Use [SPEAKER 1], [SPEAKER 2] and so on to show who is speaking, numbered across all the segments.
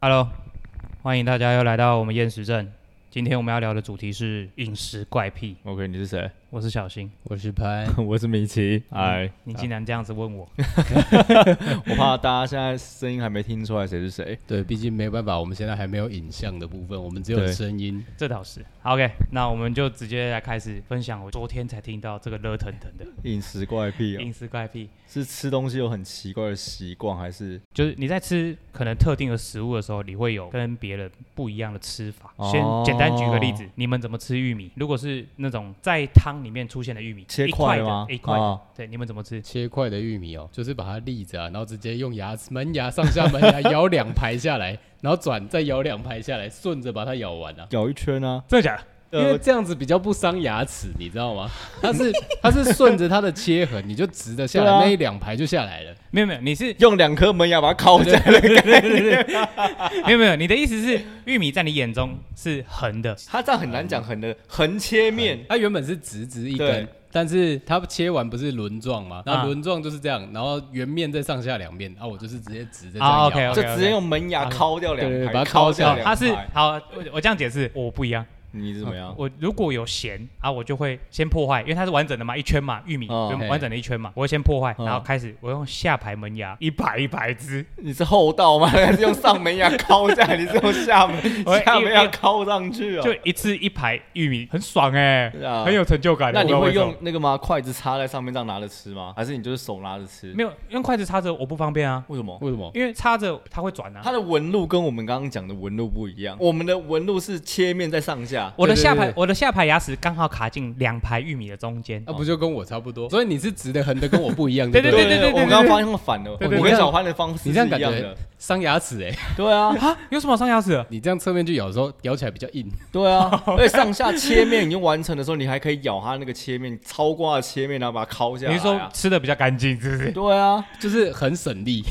[SPEAKER 1] Hello，欢迎大家又来到我们厌食症。今天我们要聊的主题是饮食怪癖。
[SPEAKER 2] OK，你是谁？
[SPEAKER 1] 我是小新，
[SPEAKER 3] 我是潘，
[SPEAKER 2] 我是米奇。哎，
[SPEAKER 1] 你竟然这样子问 我，
[SPEAKER 2] 我怕大家现在声音还没听出来谁是谁。
[SPEAKER 3] 对，毕竟没办法，我们现在还没有影像的部分，我们只有
[SPEAKER 2] 对
[SPEAKER 3] 声音。
[SPEAKER 1] 这倒是。好 OK，那我们就直接来开始分享我昨天才听到这个热腾腾的
[SPEAKER 2] 饮食怪癖、哦、
[SPEAKER 1] 饮食怪癖，
[SPEAKER 2] 是吃东西有很奇怪的习惯，还是
[SPEAKER 1] 就是你在吃可能特定的食物的时候，你会有跟别人不一样的吃法。先
[SPEAKER 2] 哦
[SPEAKER 1] 简单举个例子，你们怎么吃玉米？如果是那种在汤里面出现的玉米，
[SPEAKER 2] 切
[SPEAKER 1] 一块的
[SPEAKER 2] 吗？
[SPEAKER 1] 一块的，
[SPEAKER 2] 啊
[SPEAKER 1] 对，你们怎么吃？
[SPEAKER 3] 切块的玉米哦，就是把它立着、啊，然后直接用牙齿门牙上下门牙咬两排下来，然后转再咬两排下来，顺着把它咬完啊。
[SPEAKER 2] 咬一圈啊。
[SPEAKER 1] 真的假的？
[SPEAKER 3] 因为
[SPEAKER 2] 呃，
[SPEAKER 3] 这样子比较不伤牙齿，你 知道吗？它是它是顺着它的切痕，你就直的下来，
[SPEAKER 2] 对啊
[SPEAKER 3] 那一两排就下来了。
[SPEAKER 1] 没有没有，你是
[SPEAKER 2] 用两颗门牙把它烤起来的 概念。
[SPEAKER 1] 没有没有，你的意思是玉米在你眼中是横的，
[SPEAKER 2] 它这样很难讲，横的横切面。
[SPEAKER 3] 它原本是直直一
[SPEAKER 2] 对
[SPEAKER 3] 根，但是它切完不是轮状吗？
[SPEAKER 1] 啊
[SPEAKER 3] 那轮状就是这样，然后圆面再上下两面啊，我就是直接直的这
[SPEAKER 1] 啊
[SPEAKER 3] 样
[SPEAKER 1] ，OK，
[SPEAKER 3] 咬。
[SPEAKER 1] OK，
[SPEAKER 2] 就直接用门牙敲掉两
[SPEAKER 3] 对对
[SPEAKER 2] 排，
[SPEAKER 3] 对把它
[SPEAKER 2] 敲
[SPEAKER 3] 敲
[SPEAKER 2] 掉
[SPEAKER 3] 掉
[SPEAKER 2] 啊两排。
[SPEAKER 1] 哦它是好，我我这样解释，我不一样。
[SPEAKER 2] 你是怎么样？
[SPEAKER 1] 我如果有咸啊，我就会先破坏，因为它是完整的嘛，一圈嘛，玉米
[SPEAKER 2] 哦
[SPEAKER 1] 就
[SPEAKER 3] 嘿
[SPEAKER 1] 完整的一圈嘛，我会先破坏，
[SPEAKER 2] 哦
[SPEAKER 1] 然后开始我用下排门牙一排一排吃，
[SPEAKER 2] 你是厚道吗？ 还是用上门牙敲下 来？你是用下门
[SPEAKER 1] 我
[SPEAKER 2] 下门
[SPEAKER 1] 因
[SPEAKER 2] 牙
[SPEAKER 1] 为
[SPEAKER 2] 敲上去啊？
[SPEAKER 1] 就一次一排玉米，很爽哎
[SPEAKER 2] 是，啊
[SPEAKER 1] 很有成就感。
[SPEAKER 2] 那你
[SPEAKER 1] 我不
[SPEAKER 2] 会
[SPEAKER 1] 知道为
[SPEAKER 2] 用那个吗？筷子插在上面这样拿着吃吗？还是你就是手拿着
[SPEAKER 1] 什
[SPEAKER 2] 吃
[SPEAKER 1] 么？没？有用筷子插着我不方便啊，
[SPEAKER 2] 为什么？
[SPEAKER 3] 为什么？
[SPEAKER 1] 因为插着它会 转啊。
[SPEAKER 2] 它的纹路跟我们刚刚讲的纹路不一样，我们的纹路是切面在上下，
[SPEAKER 1] 我的
[SPEAKER 3] 对对
[SPEAKER 1] 下排
[SPEAKER 3] 对
[SPEAKER 1] 我的下排牙齿刚好卡进两排玉米的中间
[SPEAKER 2] 哦
[SPEAKER 3] 那、，不就跟我差不多？所以你是直的、横的，跟我不一样，
[SPEAKER 1] 对
[SPEAKER 3] 不
[SPEAKER 1] 对对对
[SPEAKER 2] 我们刚刚方向反了，
[SPEAKER 1] 对对
[SPEAKER 2] 我
[SPEAKER 1] 对
[SPEAKER 2] 跟小欢的方式是
[SPEAKER 3] 你这样
[SPEAKER 2] 一
[SPEAKER 3] 感
[SPEAKER 2] 样
[SPEAKER 3] 觉
[SPEAKER 2] 的，
[SPEAKER 3] 伤牙齿哎、
[SPEAKER 2] 对啊，
[SPEAKER 1] 啊，有什么伤牙齿了？
[SPEAKER 3] 你这样侧面去咬的时候，咬起来比较硬。
[SPEAKER 2] 对啊，而且上下切面已经完成的时候，你还可以咬它那个切面，超过它的切面，然后把它敲下来
[SPEAKER 1] 你
[SPEAKER 2] 啊。
[SPEAKER 1] 是说吃的比较干净是不是？
[SPEAKER 2] 对啊，
[SPEAKER 3] 就是很省力，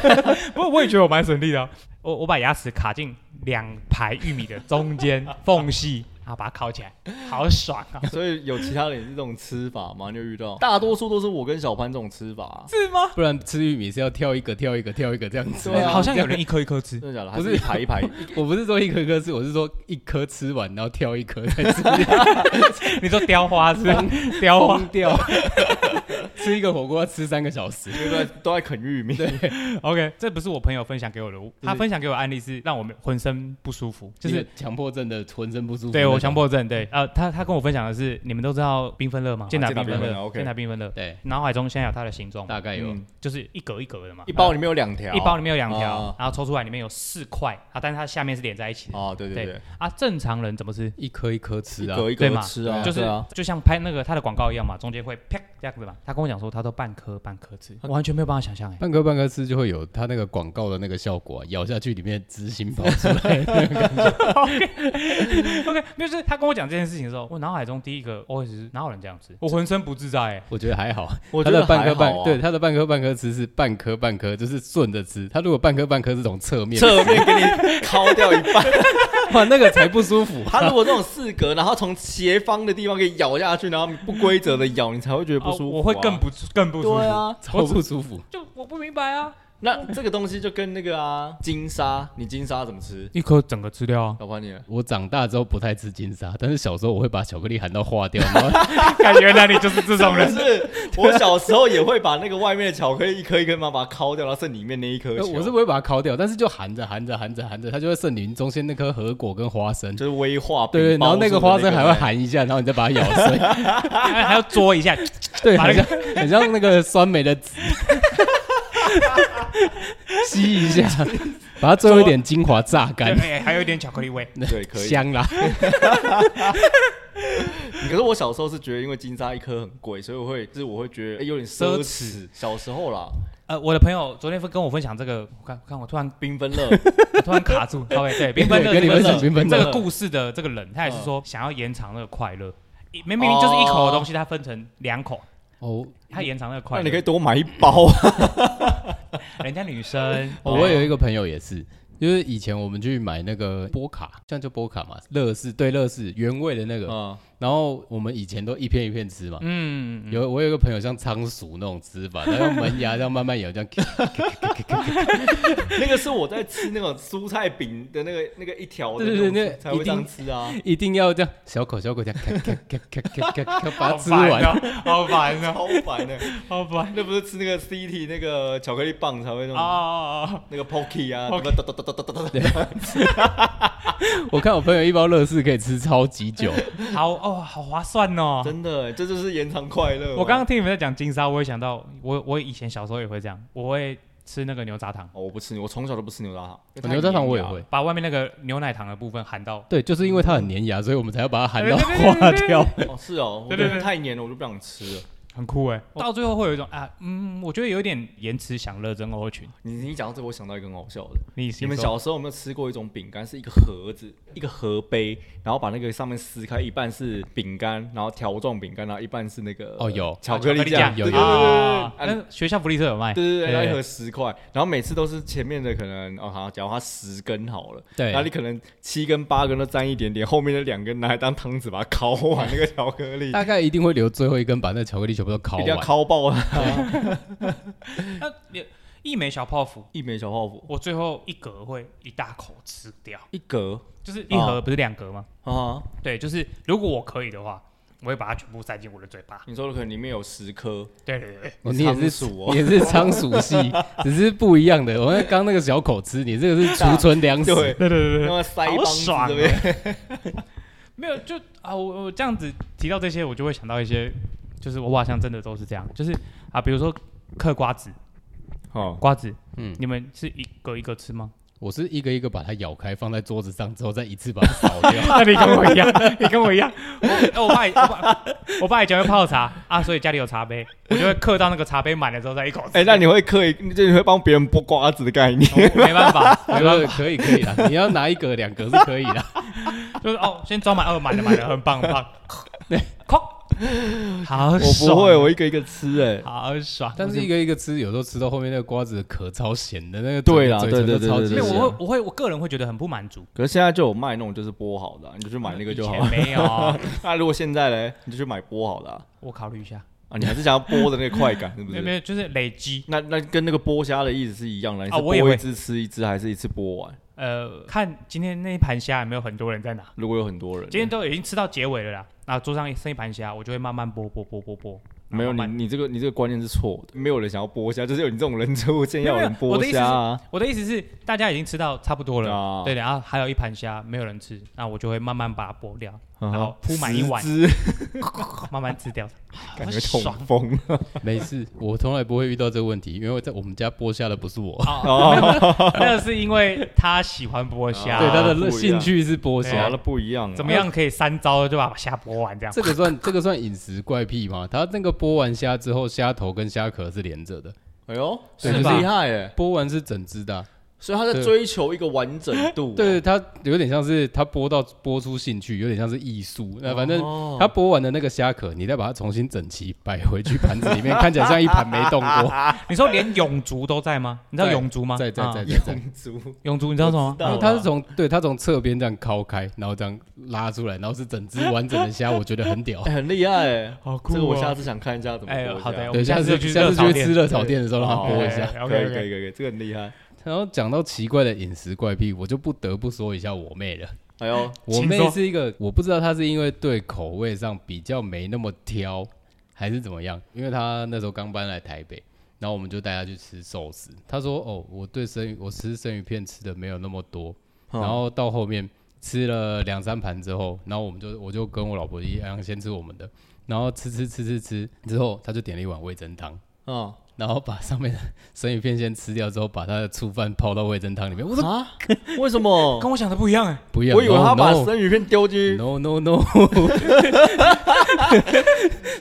[SPEAKER 1] 不，我也觉得我蛮省力的啊、我我把牙齿卡进两排玉米的中 间缝隙，然后把它烤起来，好爽啊！
[SPEAKER 2] 所以有其他人也是这种吃法吗？你有遇到？大多数都是我跟小潘这种吃法啊，
[SPEAKER 1] 是吗？
[SPEAKER 3] 不然吃玉米是要挑一个挑一个挑一个这样吃。
[SPEAKER 2] 对啊
[SPEAKER 1] 好像 有人一颗一颗吃，
[SPEAKER 2] 真的假的？还
[SPEAKER 3] 不是
[SPEAKER 2] 是一排一排？
[SPEAKER 3] 我不是说一颗一颗吃，我是说一颗吃完然后挑一颗 再吃，
[SPEAKER 1] 你说雕花是吧？ 雕
[SPEAKER 2] 哦
[SPEAKER 1] 花
[SPEAKER 3] 疯 掉。吃一个火锅要吃三个小时，
[SPEAKER 2] 对不对？都在啃玉米。
[SPEAKER 1] ，OK，这不是我朋友分享给我的，他分享给我的案例嗯是让我们浑身不舒服，就
[SPEAKER 3] 就是是。强迫症的浑身不舒服。
[SPEAKER 1] 对我强。迫症，对，呃，他他跟我分享的是，你们都知道缤纷乐吗？啊健达
[SPEAKER 2] 健达
[SPEAKER 1] 缤纷
[SPEAKER 2] 缤纷
[SPEAKER 1] 乐
[SPEAKER 2] 乐，，OK
[SPEAKER 1] 健达缤纷乐，
[SPEAKER 3] 对，
[SPEAKER 1] 脑海中现在有它的形状，
[SPEAKER 3] 大概有。
[SPEAKER 2] 嗯
[SPEAKER 1] 就是一格一格的嘛，
[SPEAKER 2] 一包里面有两条，
[SPEAKER 1] 一包里面有两条啊
[SPEAKER 2] 哦，
[SPEAKER 1] 然后抽出来里面有四块啊，但是它下面是连在一起的
[SPEAKER 2] 哦，对对对，
[SPEAKER 1] 啊。正常人怎么吃？
[SPEAKER 3] 一颗一颗吃
[SPEAKER 2] 一
[SPEAKER 3] 啊，
[SPEAKER 2] 格一
[SPEAKER 1] 对
[SPEAKER 2] 格
[SPEAKER 1] 嘛
[SPEAKER 2] 吃啊，
[SPEAKER 1] 就是
[SPEAKER 2] 对啊。
[SPEAKER 1] 就像拍那个他的广告一样嘛，中间会啪这样子嘛。他跟我讲说，他都半颗半颗吃，我完全没有办法想象哎。
[SPEAKER 3] 半颗半颗吃就会有它那个广告的那个效果、啊，咬下去里面执行跑出来。
[SPEAKER 1] OK，就是他跟我讲这件事情的时候，我脑海中第一个 OS 是哪有人这样吃？我浑身不自在哎。
[SPEAKER 3] 我觉得还好，
[SPEAKER 2] 我觉
[SPEAKER 3] 它
[SPEAKER 2] 得
[SPEAKER 3] 的半颗
[SPEAKER 2] 还好
[SPEAKER 3] 半
[SPEAKER 2] 啊
[SPEAKER 3] 对它的半颗半颗吃是半颗半颗，就是顺着吃。它如果半颗半颗这种侧面，
[SPEAKER 2] 侧面给你敲掉一 半。。
[SPEAKER 3] 哇，那个才不舒服
[SPEAKER 2] 它如果这种四格，然后从斜方的地方给你咬下去，然后不规则的咬，你才会觉得不舒服、啊
[SPEAKER 1] 哦我会更。不更不舒服。
[SPEAKER 2] 对，啊，
[SPEAKER 3] 超不舒服，
[SPEAKER 1] 就我不明白啊。
[SPEAKER 2] 那这个东西就跟那个啊金沙，你金沙怎么吃？
[SPEAKER 1] 一颗整个吃掉啊，
[SPEAKER 2] 老潘你呢
[SPEAKER 3] 我长大之后不太吃金沙，但是小时候我会把巧克力含到化 掉，然
[SPEAKER 2] 啊
[SPEAKER 3] 后
[SPEAKER 1] 感觉那里就是这种
[SPEAKER 2] 不
[SPEAKER 1] 人。
[SPEAKER 2] 是，我小时候也会把那个外面的巧克力一颗一颗嘛把它敲掉，然后剩里面那一颗球。
[SPEAKER 3] 呃我是不会把它烤掉，但是就含着含着含着含着，它就会剩里面中间那颗核果跟花生，
[SPEAKER 2] 就是威化饼
[SPEAKER 3] 对对，然后那个
[SPEAKER 2] 包
[SPEAKER 3] 花
[SPEAKER 2] 住的
[SPEAKER 3] 生还会含一下，然后你再把它咬 碎，
[SPEAKER 1] 还还要嘬一下，
[SPEAKER 3] 对，
[SPEAKER 1] 把那
[SPEAKER 3] 很
[SPEAKER 1] 个
[SPEAKER 3] 像很像那个酸梅的籽， 吸 一下，把它最后一点精华榨干，
[SPEAKER 1] 对，还有一点巧克力味。
[SPEAKER 2] 那个对，可以。
[SPEAKER 3] 香啦。
[SPEAKER 2] 可是我小时候是觉得，因为金沙一颗很贵，所以我会就是我会觉得、哎有点 奢
[SPEAKER 1] 奢
[SPEAKER 2] 侈。小时候啦，
[SPEAKER 1] 呃，我的朋友昨天跟我分享这个，我看看我突然
[SPEAKER 2] 缤纷乐，
[SPEAKER 1] 我 突然卡住。OK，对，缤纷乐
[SPEAKER 3] 对跟
[SPEAKER 1] 这
[SPEAKER 3] 你
[SPEAKER 1] 个
[SPEAKER 3] 分享缤纷
[SPEAKER 1] 这
[SPEAKER 3] 乐嗯
[SPEAKER 1] 个故事的这个人，他也是说想要延长那个快乐，一明明就是一口的东西，他分成两口，
[SPEAKER 3] 哦，
[SPEAKER 1] 他延长那个快
[SPEAKER 2] 那
[SPEAKER 1] 乐。
[SPEAKER 2] 你可以多买一包啊。
[SPEAKER 1] 人家女生，
[SPEAKER 3] 哦
[SPEAKER 1] 哦
[SPEAKER 3] 我有
[SPEAKER 1] 对
[SPEAKER 3] 一个朋友也是，就是以前我们去买那个波卡，这样叫波卡嘛，乐事对乐事原味的那个，
[SPEAKER 2] 啊，
[SPEAKER 3] 然后我们以前都一片一片吃嘛。
[SPEAKER 1] 嗯，嗯
[SPEAKER 3] 有我有一个朋友像仓鼠那种吃法，他用门牙这样慢慢咬，这样
[SPEAKER 2] 那个是我在吃那种蔬菜饼的那个那个一条的
[SPEAKER 3] 对
[SPEAKER 2] 那
[SPEAKER 3] 对
[SPEAKER 2] 种，
[SPEAKER 3] 对那
[SPEAKER 2] 才会这
[SPEAKER 3] 一
[SPEAKER 2] 样
[SPEAKER 3] 定
[SPEAKER 2] 吃啊，
[SPEAKER 3] 一定要这样小口小口这样咔咔咔咔咔咔咔把它
[SPEAKER 1] 好
[SPEAKER 3] 吃
[SPEAKER 1] 烦
[SPEAKER 3] 完。
[SPEAKER 1] 啊，好 烦啊，
[SPEAKER 2] 超烦的。
[SPEAKER 1] 好烦
[SPEAKER 2] 那不是吃那个 CT 那个巧克力棒才会那
[SPEAKER 1] 啊
[SPEAKER 2] 种
[SPEAKER 1] 啊！啊
[SPEAKER 2] 那个 Pocky 啊，
[SPEAKER 1] Pocky
[SPEAKER 2] 哒哒哒哒哒哒哒哒
[SPEAKER 3] 我看我朋友一包乐事可以吃超级久，
[SPEAKER 1] 好哦，好划算哦。
[SPEAKER 2] 真的，这就是延长快
[SPEAKER 3] 哦
[SPEAKER 2] 乐嘛。
[SPEAKER 1] 我刚刚听你们在讲金沙，我也想到，我我以前小时候也会这样，我会吃那个牛杂糖，
[SPEAKER 2] 哦，我不吃，我从小都不吃牛轧糖，因为太
[SPEAKER 3] 我哎牛轧糖
[SPEAKER 2] 黏
[SPEAKER 3] 我也
[SPEAKER 2] 牙
[SPEAKER 3] 会。
[SPEAKER 1] 把外面那个牛奶糖的部分含到。
[SPEAKER 3] 对，就是因为它很粘牙，所以我们才要把它含到
[SPEAKER 1] 对对对对
[SPEAKER 3] 化
[SPEAKER 1] 对
[SPEAKER 3] 掉。
[SPEAKER 2] 哦，是哦，
[SPEAKER 1] 对
[SPEAKER 2] 我
[SPEAKER 1] 对
[SPEAKER 2] 觉
[SPEAKER 1] 对
[SPEAKER 2] 得太黏了，我就不想吃了。
[SPEAKER 1] 很酷哎、
[SPEAKER 3] 哦
[SPEAKER 1] 到最后会有一种啊，嗯，我觉得有一点延迟享乐症候群。
[SPEAKER 2] 你你讲到这个，我想到一个很好笑的。
[SPEAKER 1] 你
[SPEAKER 2] 你
[SPEAKER 1] 你
[SPEAKER 2] 们
[SPEAKER 1] 说
[SPEAKER 2] 小时候有没有吃过一种饼干，是一个盒子，一个盒杯，然后把那个上面撕开，一半是饼干，然后条状饼干，然后一半是那个
[SPEAKER 3] 哦有
[SPEAKER 2] 巧克力酱，
[SPEAKER 3] 有
[SPEAKER 2] 对对对对
[SPEAKER 3] 有
[SPEAKER 2] 对
[SPEAKER 1] 啊
[SPEAKER 2] 啊
[SPEAKER 1] 那学校福利社有卖，
[SPEAKER 2] 对对对，
[SPEAKER 1] 对
[SPEAKER 2] 然后一盒十块，然后每次都是前面的可能哦，好，假如它十根好了，
[SPEAKER 3] 对
[SPEAKER 2] 然后你可能七根八根都沾一点点，后面的两根拿来当汤匙把它烤完那个巧克力，
[SPEAKER 3] 大概一定会留最后一根，把那巧克力全部都烤
[SPEAKER 2] 一定要
[SPEAKER 3] 完。
[SPEAKER 2] 烤爆它。
[SPEAKER 1] 那你一枚小泡芙，
[SPEAKER 2] 一枚小泡芙
[SPEAKER 1] 我最后一格会一大口吃掉，
[SPEAKER 2] 一格
[SPEAKER 1] 就是一盒不是两格吗？
[SPEAKER 2] 啊，
[SPEAKER 1] 对，就是如果我可以的话，我会把它全部塞进我的嘴巴。
[SPEAKER 2] 你说的可能里面有十颗，
[SPEAKER 1] 对对对，
[SPEAKER 3] 哦你也是
[SPEAKER 2] 仓鼠哦
[SPEAKER 3] 你也是仓鼠系， 只是不一样的。我那刚那个小口吃，你这 个是储存粮食。
[SPEAKER 2] 对，
[SPEAKER 1] 对对对
[SPEAKER 2] 那么塞一
[SPEAKER 1] 好
[SPEAKER 2] 帮子
[SPEAKER 1] 爽
[SPEAKER 2] 这边。
[SPEAKER 1] 没有就啊，我我这样子提到这些，我就会想到一些，就是我好像真的都是这样，就是啊，比如说嗑瓜子，
[SPEAKER 2] 哦，
[SPEAKER 1] 瓜子，
[SPEAKER 3] 嗯
[SPEAKER 1] 你们是一个一个吃吗？
[SPEAKER 3] 我是一个一个把它咬开，放在桌子上之后，再一次把它扫 掉。
[SPEAKER 1] 那你跟我 一样，你跟我一样。我我爸我爸我爸以前会泡茶啊，所以家里有茶杯，我就会嗑到那个茶杯满了之后再一口吃。
[SPEAKER 2] 哎、那你会刻意，就你会帮别人剥瓜子的概念？
[SPEAKER 1] 我没办法，
[SPEAKER 3] 我说可以可以啦，你要拿一格两格是可以啦。
[SPEAKER 1] 就是哦，先装满哦，满了满了，很棒很棒。对，好
[SPEAKER 2] 我
[SPEAKER 1] 爽，
[SPEAKER 2] 不会，我一个一个吃、哎，
[SPEAKER 1] 好爽。
[SPEAKER 3] 但是一个一个吃，有时候吃到后面那个瓜子的壳超咸的，那个
[SPEAKER 2] 对啦
[SPEAKER 3] 嘴唇
[SPEAKER 2] 对对
[SPEAKER 3] 都超
[SPEAKER 2] 对
[SPEAKER 3] 级
[SPEAKER 1] 因为
[SPEAKER 2] 对对
[SPEAKER 3] 咸
[SPEAKER 1] 我会我会我个人会觉得很不满足。
[SPEAKER 2] 可是现在就有卖那种就是剥好的啊、你就去买那个就好
[SPEAKER 1] 以前
[SPEAKER 2] 了。
[SPEAKER 1] 没有，
[SPEAKER 2] 那如果现在嘞，你就去买剥好的啊
[SPEAKER 1] 我考虑一下。
[SPEAKER 2] 啊你还是想要剥的那个快感，是不
[SPEAKER 1] 没有没
[SPEAKER 2] 是？
[SPEAKER 1] 有，就是累积。
[SPEAKER 2] 那那跟那个剥虾的意思是一样的，你是
[SPEAKER 1] 啊我也会
[SPEAKER 2] 剥一只吃一只，还是一次剥完？
[SPEAKER 1] 呃，看今天那一盘虾有没有很多人在拿。
[SPEAKER 2] 如果有很多人，
[SPEAKER 1] 今天都已经吃到结尾了啦，那桌上剩一盘虾，我就会慢慢剥剥剥剥剥。然后
[SPEAKER 2] 没有你
[SPEAKER 1] 慢慢
[SPEAKER 2] 你这个你这个观念是错的，没有人想要剥虾，就是有你这种人出现
[SPEAKER 1] 没有
[SPEAKER 2] 要有人
[SPEAKER 1] 没有我的
[SPEAKER 2] 剥
[SPEAKER 1] 意思是
[SPEAKER 2] 虾啊。
[SPEAKER 1] 我的意思是，大家已经吃到差不多了，
[SPEAKER 2] 啊
[SPEAKER 1] 对，然后还有一盘虾没有人吃，那我就会慢慢把它剥掉，
[SPEAKER 2] 然
[SPEAKER 1] 然后铺满一碗，
[SPEAKER 2] 只，
[SPEAKER 1] 慢慢吃掉。
[SPEAKER 2] 感觉
[SPEAKER 1] 好
[SPEAKER 2] 痛
[SPEAKER 1] 爽
[SPEAKER 2] 风。
[SPEAKER 3] 没事，我从来不会遇到这个问题，因为在我们家剥虾的不是我，
[SPEAKER 2] 啊
[SPEAKER 1] 哦， 那个是因为他喜欢剥虾，
[SPEAKER 2] 啊
[SPEAKER 3] 对他
[SPEAKER 2] 不一
[SPEAKER 3] 的
[SPEAKER 2] 样
[SPEAKER 3] 兴趣是剥
[SPEAKER 1] 对啊
[SPEAKER 3] 虾
[SPEAKER 2] 啊，那。不一样啊。
[SPEAKER 1] 怎么样可以三招就把虾剥完这样？
[SPEAKER 3] 这个算这个算饮食怪癖吗？他那个剥完虾之后，虾头跟虾壳是连着的，
[SPEAKER 2] 哎呦，
[SPEAKER 1] 对
[SPEAKER 2] 是
[SPEAKER 1] 就是
[SPEAKER 2] 厉害哎！
[SPEAKER 3] 剥完是整只的啊、
[SPEAKER 2] 所以他在
[SPEAKER 3] 对
[SPEAKER 2] 追求一个完整度。
[SPEAKER 3] 对，它有点像是它剥到剥出兴趣，有点像是艺术。那反正
[SPEAKER 2] 哦
[SPEAKER 3] 它剥完的那个虾壳，你再把它重新整齐摆回去盘子里面，看起来像一盘没动 过。
[SPEAKER 1] 你说连永竹都在吗？你知道
[SPEAKER 3] 在
[SPEAKER 1] 永竹吗？
[SPEAKER 3] 在在
[SPEAKER 1] 啊
[SPEAKER 3] 在在在，
[SPEAKER 2] 永足，
[SPEAKER 1] 永竹，你知道什么吗？
[SPEAKER 2] 到
[SPEAKER 3] 因
[SPEAKER 2] 了
[SPEAKER 3] 为它是从对它从侧边这样敲开，然后这样拉出来，然后是整只完整的虾，我觉得很屌。
[SPEAKER 2] 哎很厉害哎，
[SPEAKER 1] 好哦
[SPEAKER 2] 这个我下
[SPEAKER 1] 次
[SPEAKER 2] 次想看一下怎么
[SPEAKER 1] 哎
[SPEAKER 2] 剥一
[SPEAKER 1] 好的哎
[SPEAKER 2] 下
[SPEAKER 1] 我
[SPEAKER 3] 对，
[SPEAKER 1] 们下
[SPEAKER 3] 下
[SPEAKER 1] 次
[SPEAKER 3] 次
[SPEAKER 1] 去
[SPEAKER 3] 下
[SPEAKER 1] 热
[SPEAKER 3] 次
[SPEAKER 1] 炒
[SPEAKER 3] 去
[SPEAKER 1] 店哦
[SPEAKER 3] 吃热炒店的时候让它
[SPEAKER 2] 好
[SPEAKER 3] 剥一下。
[SPEAKER 2] 可以可以可以，这个很厉害。
[SPEAKER 3] 然后讲到奇怪的饮食怪癖，我就不得不说一下我妹了。
[SPEAKER 2] 哎呦，
[SPEAKER 3] 我
[SPEAKER 1] 请
[SPEAKER 3] 妹
[SPEAKER 1] 说
[SPEAKER 3] 是一个，我不知道她是因为对口味上比较没那么挑，还是怎么样？因为她那时候刚搬来台北，然后我们就带她去吃寿司。她说：“哦，我对生鱼，我吃生鱼片吃的没有那么多。”
[SPEAKER 2] 嗯
[SPEAKER 3] 然后到后面吃了两三盘之后，然后我们就我就跟我老婆一样先吃我们的，然后吃吃吃吃吃之后，她就点了一碗味噌汤。
[SPEAKER 2] 嗯
[SPEAKER 3] 然后把上面的生鱼片先吃掉之后，把她的醋饭泡到味噌汤里面。我说
[SPEAKER 2] 啊，为什 么？
[SPEAKER 1] 跟我想的不一样哎。
[SPEAKER 3] 不要，
[SPEAKER 2] 我以为
[SPEAKER 3] no，
[SPEAKER 2] 他把
[SPEAKER 3] no
[SPEAKER 2] 生鱼片丢进去，
[SPEAKER 3] No no no，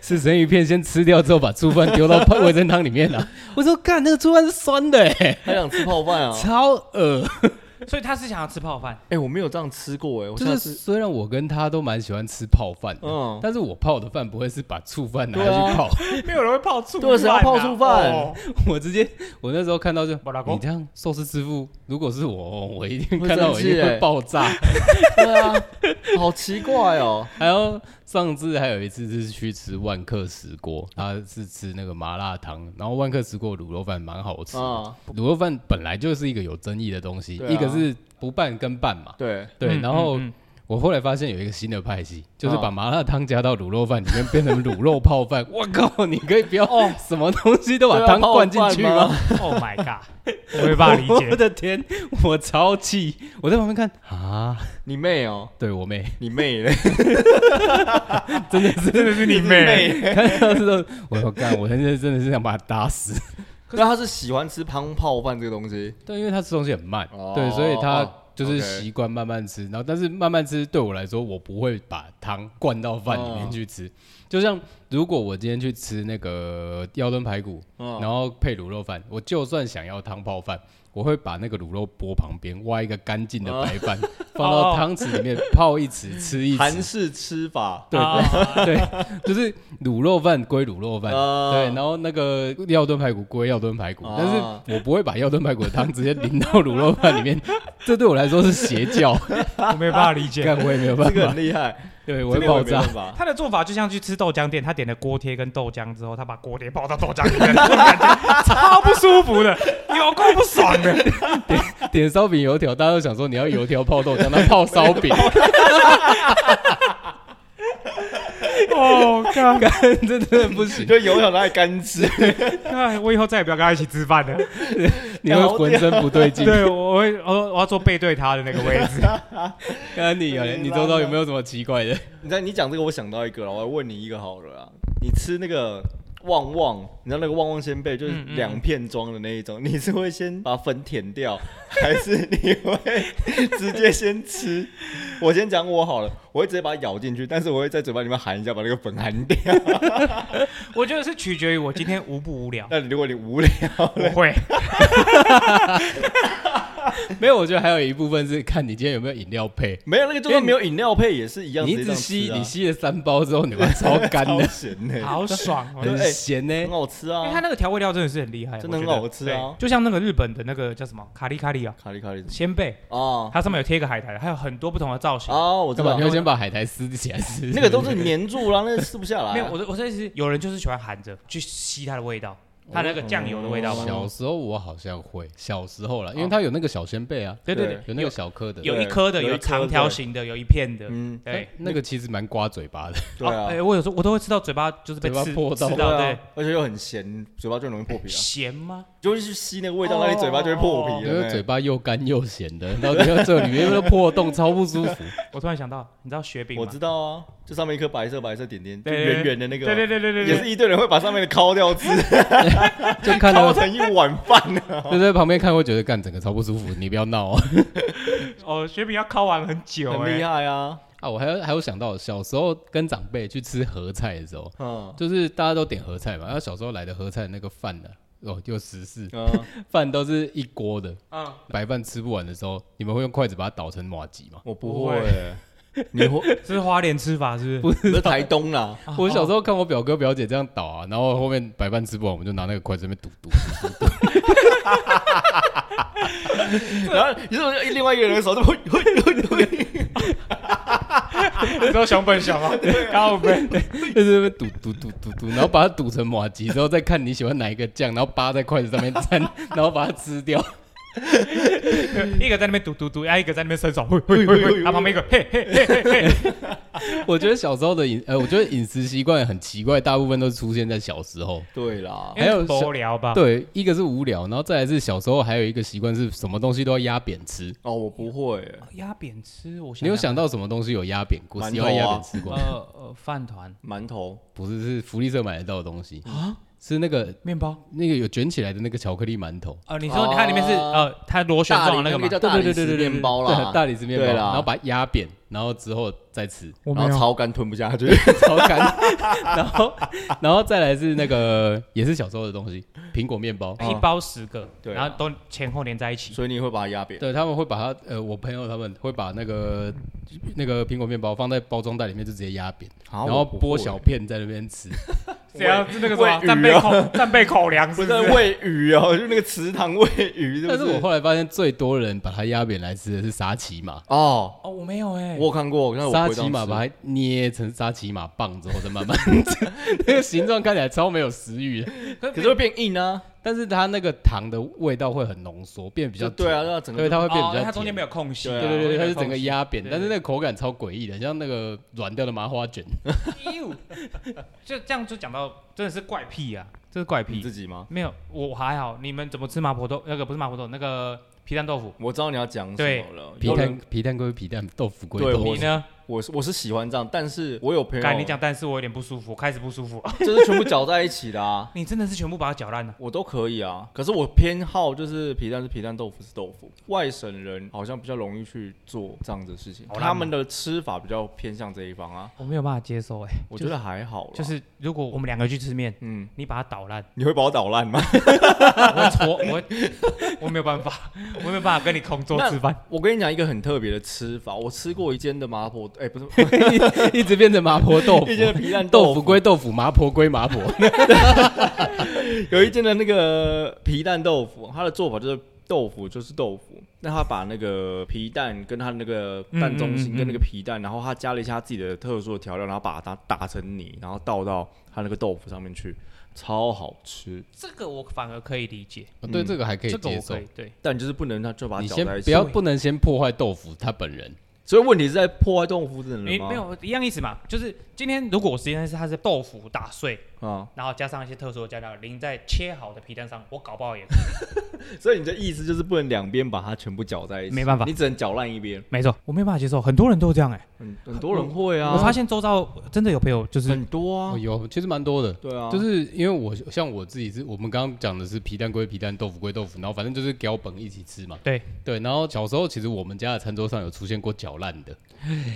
[SPEAKER 3] 是生鱼片先吃掉之后，把醋饭丢到泡味啊 噌汤里面了、我说干，那个醋饭是酸的、欸，
[SPEAKER 2] 他想吃泡饭啊。
[SPEAKER 3] 超恶。
[SPEAKER 1] 所以他是想要吃泡饭，
[SPEAKER 2] 哎、我没有这样吃过哎、我
[SPEAKER 3] 就
[SPEAKER 2] 下
[SPEAKER 3] 是
[SPEAKER 2] 次
[SPEAKER 3] 虽然我跟他都蛮喜欢吃泡饭的，
[SPEAKER 2] 嗯
[SPEAKER 3] 但是我泡的饭不会是把醋饭拿
[SPEAKER 2] 对啊
[SPEAKER 3] 去泡，
[SPEAKER 1] 没有人会泡醋啊
[SPEAKER 2] 对谁要泡醋饭
[SPEAKER 1] 哦
[SPEAKER 3] 我直接我那时候看到就
[SPEAKER 1] 我老公
[SPEAKER 3] 你这样寿司师傅，如果是我，我一定
[SPEAKER 2] 会
[SPEAKER 3] 看到
[SPEAKER 2] 生
[SPEAKER 3] 我一
[SPEAKER 2] 气
[SPEAKER 3] 定会
[SPEAKER 2] 欸
[SPEAKER 3] 爆炸。
[SPEAKER 2] 对啊，好奇怪哦、
[SPEAKER 3] 还有上次还有一次是去吃万客石锅，他是吃那个麻辣汤，然后万客石锅卤肉饭蛮好吃的。
[SPEAKER 2] 啊、
[SPEAKER 3] 卤肉饭本来就是一个有争议的东西，
[SPEAKER 2] 对啊
[SPEAKER 3] 一个是不拌跟拌嘛，
[SPEAKER 2] 对，
[SPEAKER 3] 对。
[SPEAKER 1] 嗯
[SPEAKER 3] 然后
[SPEAKER 1] 嗯嗯
[SPEAKER 3] 我后来发现有一个新的派系，就是
[SPEAKER 2] 哦
[SPEAKER 3] 把麻辣汤加到卤肉饭里面变成卤肉泡 饭。我靠，你可以不要哦，什么东西都把
[SPEAKER 2] 对啊
[SPEAKER 3] 汤
[SPEAKER 2] 泡
[SPEAKER 3] 灌进
[SPEAKER 2] 饭
[SPEAKER 3] 去
[SPEAKER 2] 吗
[SPEAKER 3] 吗？
[SPEAKER 1] Oh my god，我没 办法理
[SPEAKER 3] 我
[SPEAKER 1] 解。
[SPEAKER 3] 的天，我超气！我在旁边看啊，
[SPEAKER 2] 你妹哦、
[SPEAKER 3] 对 我妹
[SPEAKER 2] 你妹 嘞，
[SPEAKER 3] 真的是
[SPEAKER 1] 真的是你妹，
[SPEAKER 3] 看到这种，我要干，我现在真的是想把他打死。
[SPEAKER 2] 那他是喜欢吃汤泡饭这个东西，
[SPEAKER 3] 对，因为他吃东西很慢，
[SPEAKER 2] 哦
[SPEAKER 3] 对，所以他
[SPEAKER 2] 哦
[SPEAKER 3] 就是
[SPEAKER 2] ，OK
[SPEAKER 3] 习惯慢慢吃。然后，但是慢慢吃对我来说，我不会把汤灌到饭里面
[SPEAKER 2] 哦
[SPEAKER 3] 去吃。就像如果我今天去吃那个腰炖排骨，
[SPEAKER 2] 嗯
[SPEAKER 3] 然后配卤肉饭，我就算想要汤泡饭，我会把那个卤肉拨旁边挖一个干净的白饭，放到
[SPEAKER 1] 哦
[SPEAKER 3] 汤匙里面泡一匙吃一匙
[SPEAKER 2] 韩。式哦吃法，
[SPEAKER 3] 对
[SPEAKER 1] 啊
[SPEAKER 3] 对，就是卤肉饭归卤肉饭，
[SPEAKER 2] 啊
[SPEAKER 3] 对，然后那个药炖排骨归药炖排骨，
[SPEAKER 2] 啊
[SPEAKER 3] 但是我不会把药炖排骨的汤直接淋到卤肉饭里面， 这对我来说是邪 教，
[SPEAKER 1] 我没办法理解。
[SPEAKER 3] 干我也没有办
[SPEAKER 2] 这个
[SPEAKER 3] 法
[SPEAKER 2] 很，厉害，
[SPEAKER 3] 对我
[SPEAKER 2] 这
[SPEAKER 3] 会
[SPEAKER 2] 个
[SPEAKER 3] 爆
[SPEAKER 2] 我没
[SPEAKER 3] 炸
[SPEAKER 2] 办。法。
[SPEAKER 1] 他的做法就像去吃豆浆店，他点了锅贴跟豆浆之后，他把锅贴泡到豆浆里面， 那种感觉超不舒服的，有够不爽的。
[SPEAKER 3] 点烧饼油条，大家都想说你要油条泡豆浆，那泡烧 饼，
[SPEAKER 1] 哦，干
[SPEAKER 3] 干这真的 不行，
[SPEAKER 2] 就油条拿来干吃，
[SPEAKER 1] 哎，我以后再也不要跟他一起吃饭了。
[SPEAKER 3] 你会浑身不对劲。
[SPEAKER 1] 对，我会，我我要坐背对他的那个位置。
[SPEAKER 3] 看你啊，你周遭有没有什么奇怪的？
[SPEAKER 2] 你知道你讲这个，我想到一个了，我来问你一个好了啦。你吃那个旺旺，你知道那个旺旺仙贝就是
[SPEAKER 1] 嗯嗯
[SPEAKER 2] 两片装的那一种，你是会先把粉舔掉， 还是你会直接先吃？我先讲我好了，我会直接把它咬进去，但是我会在嘴巴里面含一下，把那个粉含掉。
[SPEAKER 1] 我觉得是取决于我今天无不无聊。
[SPEAKER 2] 那你如果你无聊，
[SPEAKER 1] 我会，
[SPEAKER 3] 没有，我觉得还有一部分是看你今天有没有饮料配。
[SPEAKER 2] 没有那个就算没有饮料配也是一样，
[SPEAKER 3] 你一
[SPEAKER 2] 直
[SPEAKER 3] 直
[SPEAKER 2] 接
[SPEAKER 3] 吸，
[SPEAKER 2] 这
[SPEAKER 3] 你
[SPEAKER 2] 样吃
[SPEAKER 3] 吸了三包之后，你们超
[SPEAKER 2] 啊
[SPEAKER 3] 干的
[SPEAKER 2] 超，咸呢、
[SPEAKER 1] 好爽哦！
[SPEAKER 2] 对哎
[SPEAKER 3] 很咸呢、
[SPEAKER 2] 很好吃
[SPEAKER 1] 因为它
[SPEAKER 2] 啊，
[SPEAKER 1] 那个调味料真的是很厉害，
[SPEAKER 2] 真的
[SPEAKER 1] 我
[SPEAKER 2] 很
[SPEAKER 1] 觉得
[SPEAKER 2] 好吃啊
[SPEAKER 1] 对就像那个日本的那个叫什么卡利卡利啊，
[SPEAKER 2] 卡里卡里
[SPEAKER 1] 鲜贝，
[SPEAKER 2] 啊
[SPEAKER 1] 它上面有贴一个海苔，还有很多不同的造型。
[SPEAKER 2] 啊，我知
[SPEAKER 3] 对吧？
[SPEAKER 2] 道
[SPEAKER 3] 你要先把海苔撕起来吃，
[SPEAKER 2] 那个都是粘住了，那个吃不下来啊。
[SPEAKER 1] 没有，我的我的意思是，有人就是喜欢含着去吸它的味道，它那个酱油的味道
[SPEAKER 2] 哦
[SPEAKER 1] 嘛。
[SPEAKER 3] 小时候我好像会，小时候啦，因为它有那个小鲜贝啊，
[SPEAKER 1] 对对
[SPEAKER 2] 对
[SPEAKER 1] 对，
[SPEAKER 3] 有那个小颗的，哎
[SPEAKER 1] 有一颗的，
[SPEAKER 2] 哦有一
[SPEAKER 1] 有
[SPEAKER 2] 颗的
[SPEAKER 1] 长条形的，有一片的。
[SPEAKER 2] 嗯，
[SPEAKER 1] 对，
[SPEAKER 3] 那个其实蛮刮嘴巴的，
[SPEAKER 2] 对啊，
[SPEAKER 1] 哦哎，我有时候我都会吃到嘴巴就是被
[SPEAKER 3] 嘴巴
[SPEAKER 1] 吃
[SPEAKER 3] 破到
[SPEAKER 1] 吃
[SPEAKER 2] 对
[SPEAKER 1] 到，
[SPEAKER 2] 啊
[SPEAKER 1] 对，，
[SPEAKER 2] 而且又很咸，嘴巴就容易破皮啊，
[SPEAKER 1] 咸吗？
[SPEAKER 2] 就会去吸那个味道，
[SPEAKER 1] 哦
[SPEAKER 2] 那你嘴巴就会破皮啊
[SPEAKER 3] 因
[SPEAKER 2] 了
[SPEAKER 3] 为
[SPEAKER 2] 呢。
[SPEAKER 3] 嘴巴又干又咸的，然后你要这里面又破洞，超不舒服。
[SPEAKER 1] 我突然想到，你知道雪饼吗？
[SPEAKER 2] 我知道啊，就上面一颗白色白色点点，就
[SPEAKER 1] 对
[SPEAKER 2] 圆圆的那个，
[SPEAKER 1] 对对对对对
[SPEAKER 2] 也
[SPEAKER 1] 对，
[SPEAKER 2] 是一堆人会把上面的抠 掉吃，
[SPEAKER 3] 就看
[SPEAKER 2] 抠
[SPEAKER 3] 到
[SPEAKER 2] 成一碗饭呢。
[SPEAKER 3] 就在旁边看，会觉得干整个超不舒服，你不要闹啊！
[SPEAKER 1] 哦，雪饼要烤完很久，
[SPEAKER 2] 很
[SPEAKER 1] 哎
[SPEAKER 2] 厉害啊，
[SPEAKER 3] 啊，我还有还有想到小时候跟长辈去吃合菜的时候，
[SPEAKER 2] 嗯
[SPEAKER 3] 就是大家都点合菜嘛，然后小时候来的合菜那个饭呢、哦，就十四
[SPEAKER 2] 嗯，
[SPEAKER 3] 饭都是一锅的，
[SPEAKER 1] 嗯，
[SPEAKER 3] 白饭吃不完的时候，你们会用筷子把它捣成马吉吗？
[SPEAKER 2] 我
[SPEAKER 1] 不
[SPEAKER 2] 不会欸， 你会
[SPEAKER 1] 这是花莲吃法是不是？
[SPEAKER 2] 不是台东啊 啦，
[SPEAKER 3] 我小时候看我表哥表姐这样倒啊，然后后面白饭吃不完，我们就拿那个筷子在那边堵堵。
[SPEAKER 2] 然后你是不是另外一个人的手就会会会会，
[SPEAKER 1] 你知道熊本熊啊，高本
[SPEAKER 3] 就是在那边堵堵堵堵堵，然后把它堵成马吉之后，再看你喜欢哪一个酱，然后扒在筷子上面蘸，然后把它吃掉。
[SPEAKER 1] 一个在那边嘟嘟嘟，啊，一个在那边伸手，嘿嘿嘿嘿，啊，旁边一个嘿嘿嘿嘿嘿，
[SPEAKER 3] 我觉得小时候的饮，呃，我觉得饮食习惯很奇怪，大部分都是出现在小时候。
[SPEAKER 2] 对啦，
[SPEAKER 3] 还有
[SPEAKER 1] 多聊吧？
[SPEAKER 3] 对，一个是无聊，然后再来是小时候还有一个习惯是什么东西都要压扁吃。
[SPEAKER 2] 哦，我不会欸，
[SPEAKER 1] 压扁吃，我
[SPEAKER 3] 你有想到什么东西有压扁过？
[SPEAKER 2] 馒头啊
[SPEAKER 3] 喜欢压扁吃过？
[SPEAKER 1] 呃呃饭团
[SPEAKER 2] 馒头啊
[SPEAKER 3] 不是，是福利社买得到的东西。是那个
[SPEAKER 1] 面包
[SPEAKER 3] 那个有卷起来的那个巧克力馒头，
[SPEAKER 1] 哦，你说它里面是
[SPEAKER 2] 哦
[SPEAKER 1] 呃，它螺旋
[SPEAKER 2] 大
[SPEAKER 1] 状
[SPEAKER 2] 理
[SPEAKER 1] 的那个
[SPEAKER 2] 那
[SPEAKER 1] 吗
[SPEAKER 2] 个？叫大理
[SPEAKER 3] 对
[SPEAKER 2] 石
[SPEAKER 3] 对对对对
[SPEAKER 2] 面包啦
[SPEAKER 3] 对，大理石面包，
[SPEAKER 2] 对啦
[SPEAKER 3] 然后把它压扁，然后之后再吃，
[SPEAKER 1] 我没
[SPEAKER 2] 然后
[SPEAKER 1] 有，
[SPEAKER 2] 超干吞不下去，
[SPEAKER 3] 超干。 然后然后再来是那个也是小时候的东西，苹果面包。
[SPEAKER 1] 一包十个，
[SPEAKER 2] 对
[SPEAKER 1] 然后都前后连在一起。
[SPEAKER 2] 所以你会把它压扁。
[SPEAKER 3] 对，他们会把它，呃，我朋友他们会把那个那个苹果面包放在包装袋里面，就直接压扁，
[SPEAKER 2] 然
[SPEAKER 3] 然后剥小片在那边 吃。
[SPEAKER 1] 怎样？是那个什
[SPEAKER 2] 喂
[SPEAKER 1] 么
[SPEAKER 2] 鱼
[SPEAKER 1] 战备
[SPEAKER 2] 哦
[SPEAKER 1] 口战备口 粮
[SPEAKER 2] 不
[SPEAKER 1] 是
[SPEAKER 2] 是
[SPEAKER 1] 不是？
[SPEAKER 2] 喂鱼哦，就那个池塘喂鱼，
[SPEAKER 3] 但
[SPEAKER 2] 是
[SPEAKER 3] 是
[SPEAKER 2] 不
[SPEAKER 3] 我后来发现，最多人把它压扁来吃的是沙琪玛，
[SPEAKER 2] 哦，
[SPEAKER 1] 哦，我没有哎，
[SPEAKER 2] 我有看过，但是我
[SPEAKER 3] 沙
[SPEAKER 2] 不会这
[SPEAKER 3] 琪
[SPEAKER 2] 样
[SPEAKER 3] 玛
[SPEAKER 2] 吃
[SPEAKER 3] 把它捏成沙琪玛棒之后再慢慢 吃，那个形状看起来超没有食欲的，
[SPEAKER 2] 可是会变硬啊，
[SPEAKER 3] 但是它那个糖的味道会很浓缩，变比较
[SPEAKER 2] 就
[SPEAKER 3] 甜
[SPEAKER 2] 对啊，，那整个
[SPEAKER 3] 对它会变
[SPEAKER 1] 哦
[SPEAKER 3] 比较
[SPEAKER 1] 它中间
[SPEAKER 3] 甜
[SPEAKER 1] 没有空隙，
[SPEAKER 2] 对啊
[SPEAKER 3] 对对对，它是整个 压扁，
[SPEAKER 1] 对
[SPEAKER 3] 但是那个口感超诡异的，像那个软掉的麻花卷。
[SPEAKER 1] 呦，就这样就讲到真的是怪癖啊，这是怪
[SPEAKER 3] 嗯
[SPEAKER 2] 你
[SPEAKER 1] 癖。
[SPEAKER 2] 自己吗？
[SPEAKER 1] 没有，我还好。你们怎么吃麻婆豆？那个不是麻婆豆，那个皮蛋豆腐。
[SPEAKER 2] 我知道你要讲什
[SPEAKER 1] 对
[SPEAKER 2] 么了，
[SPEAKER 3] 皮
[SPEAKER 2] 有人
[SPEAKER 3] 蛋皮蛋归皮蛋，豆腐归
[SPEAKER 2] 对
[SPEAKER 3] 豆
[SPEAKER 2] 我
[SPEAKER 1] 你
[SPEAKER 3] 腐。
[SPEAKER 1] 呢？
[SPEAKER 2] 我是我是喜欢这样，但是我有朋友
[SPEAKER 1] 该你讲，但是我有点不舒服，我开始不 舒服了。，
[SPEAKER 2] 就是全部搅在一起的啊
[SPEAKER 1] 你真的是全部把它搅烂了。
[SPEAKER 2] 我都可以啊。可是我偏好就是皮蛋是皮蛋，豆腐是豆腐。外省人好像比较容易去做这样子的事情，
[SPEAKER 1] 好烂哦
[SPEAKER 2] 他们的吃法比较偏向这一方啊。
[SPEAKER 1] 我没有办法接受哎、
[SPEAKER 2] 我觉得还好啦，
[SPEAKER 1] 就是如果我们两个去吃面，
[SPEAKER 2] 嗯，
[SPEAKER 1] 你把它捣烂，
[SPEAKER 2] 你会把我捣烂吗？
[SPEAKER 1] 我会戳，我会 我没有办法，我没有办法跟你空桌吃饭。
[SPEAKER 2] 我跟你讲一个很特别的吃法，我吃过一间的麻婆，哎、不是
[SPEAKER 3] 一直变成麻婆 豆
[SPEAKER 2] 一间的
[SPEAKER 3] 腐，
[SPEAKER 2] 皮蛋
[SPEAKER 3] 豆
[SPEAKER 2] 腐
[SPEAKER 3] 腐归豆腐，麻婆归麻婆。
[SPEAKER 2] 有一间的那个皮蛋豆腐，它的做法就是豆腐就是豆腐，那他把那个皮蛋跟他那个蛋中
[SPEAKER 1] 嗯嗯
[SPEAKER 2] 心
[SPEAKER 1] 嗯嗯
[SPEAKER 2] 跟那个皮蛋，然后他加了一下自己的特殊的调料，然后把它打成泥，然后倒到他那个豆腐上面去，超好吃。
[SPEAKER 1] 这个我反而可以理解，
[SPEAKER 3] 哦对这个还可以
[SPEAKER 1] 这个
[SPEAKER 3] 接
[SPEAKER 1] 我
[SPEAKER 3] 受
[SPEAKER 1] 可以。对。
[SPEAKER 2] 但你就是不能，它就把它
[SPEAKER 3] 你
[SPEAKER 2] 搅
[SPEAKER 3] 先
[SPEAKER 2] 在一
[SPEAKER 3] 不
[SPEAKER 2] 起。
[SPEAKER 3] 要不能先破坏豆腐他本人，
[SPEAKER 2] 所以问题是在破坏豆腐真的
[SPEAKER 1] 你
[SPEAKER 2] 吗？
[SPEAKER 1] 没有一样意思嘛？就是今天如果我时间是它是豆腐打碎，
[SPEAKER 2] 啊，
[SPEAKER 1] 然后加上一些特殊的加料，淋在切好的皮蛋上，我搞不好也
[SPEAKER 2] 所以你的意思就是不能两边把它全部搅在一起，
[SPEAKER 1] 没办法
[SPEAKER 2] 你只能搅烂一边。
[SPEAKER 1] 没错，我没有办法接受。很多人都这样哎、
[SPEAKER 2] 很很多人会啊，
[SPEAKER 1] 我发现周遭真的有朋友就是
[SPEAKER 2] 很多啊
[SPEAKER 3] 哦，，有其实蛮多的。
[SPEAKER 2] 对啊，
[SPEAKER 3] 就是因为我像我自己是，我们刚刚讲的是皮蛋归皮蛋，豆腐归豆腐，然后反正就是脚本一起吃嘛。
[SPEAKER 1] 对
[SPEAKER 3] 对，然后小时候其实我们家的餐桌上有出现过搅烂的，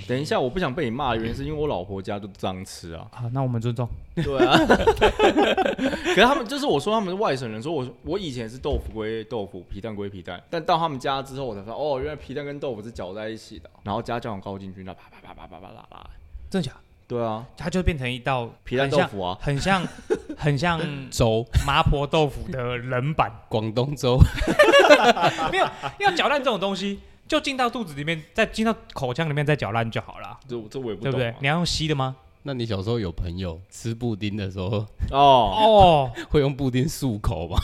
[SPEAKER 2] 等一下，我不想被你骂的原因是因为我老婆家就这样吃啊。
[SPEAKER 1] 啊，那我们尊重。
[SPEAKER 2] 对啊，可是他们就是我说他们是外省人，说我我以前是豆腐归豆腐，皮蛋归皮蛋，但到他们家之后，我才发现哦，原来皮蛋跟豆腐是搅在一起的，然后加酱油膏进去，那啪啪啪啪啪啪啦啦。
[SPEAKER 1] 真的假的？
[SPEAKER 2] 对啊，
[SPEAKER 1] 它就变成一道
[SPEAKER 2] 皮蛋豆腐啊，
[SPEAKER 1] 很像，很像 很像
[SPEAKER 3] 粥，
[SPEAKER 1] 麻婆豆腐的冷 版。
[SPEAKER 3] 广东粥，
[SPEAKER 1] 没有，要搅烂这种东西，就进到肚子里面，再进到口腔里面再搅烂就好了，
[SPEAKER 2] 这这我也不
[SPEAKER 1] 对
[SPEAKER 2] 懂、
[SPEAKER 1] 不
[SPEAKER 2] 啊，
[SPEAKER 1] 对？你要用吸的吗？
[SPEAKER 3] 那你小时候有朋友吃布丁的时候，
[SPEAKER 2] 哦，
[SPEAKER 1] 哦，
[SPEAKER 3] 会用布丁漱口吗？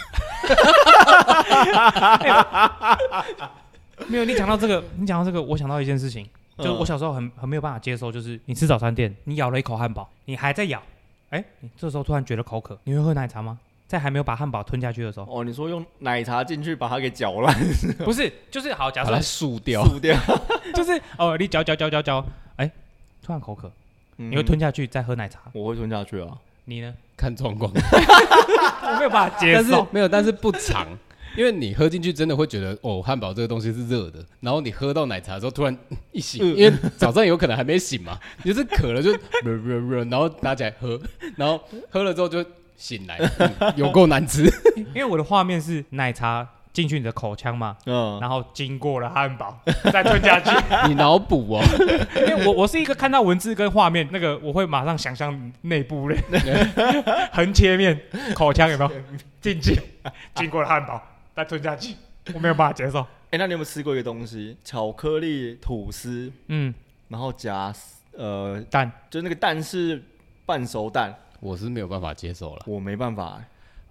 [SPEAKER 1] 没有。你讲到这个，你讲到这个，我想到一件事情，就
[SPEAKER 2] 嗯
[SPEAKER 1] 是我小时候很很没有办法接受，就是你吃早餐店，你咬了一口汉堡，你还在咬，哎，你这时候突然觉得口渴，你会喝奶茶吗？在还没有把汉堡吞下去的时 候，
[SPEAKER 2] 哦，你说用奶茶进去把它给搅烂
[SPEAKER 1] 不是，就是好，假
[SPEAKER 3] 把
[SPEAKER 1] 设
[SPEAKER 3] 它漱掉，
[SPEAKER 2] 吐掉，
[SPEAKER 1] 就是哦，你嚼嚼嚼嚼嚼，哎，突然口渴，你
[SPEAKER 2] 你
[SPEAKER 1] 会？吞下去再喝奶茶，
[SPEAKER 2] 我会吞下去啊。
[SPEAKER 1] 你呢？
[SPEAKER 3] 看状况。
[SPEAKER 1] 我没有办法接
[SPEAKER 3] 但是
[SPEAKER 1] 受，
[SPEAKER 3] 没有，但是不长，因为你喝进去真的会觉得哦，汉堡这个东西是热的，然后你喝到奶茶之后突然嗯一醒，因为早上有可能还没醒嘛，你就是渴了就，然后拿起来喝，然后喝了之后就醒来，嗯有够难吃。
[SPEAKER 1] 因为我的画面是奶茶进去你的口腔嘛，
[SPEAKER 2] 嗯，
[SPEAKER 1] 然后经过了汉 堡再吞下去，
[SPEAKER 3] 你脑补哦，
[SPEAKER 1] 因为我我是一个看到文字跟画面那个我会马上想象内部嘞， 横切面口腔有没有进去，经过了汉堡再吞下去，我没有办法接受，
[SPEAKER 2] 哎、那你有没有吃过一个东西，巧克力吐司，
[SPEAKER 1] 嗯，
[SPEAKER 2] 然后夹呃，
[SPEAKER 1] 但
[SPEAKER 2] 就那个蛋是半熟蛋，
[SPEAKER 3] 我是没有办法接受了。
[SPEAKER 2] 我没办法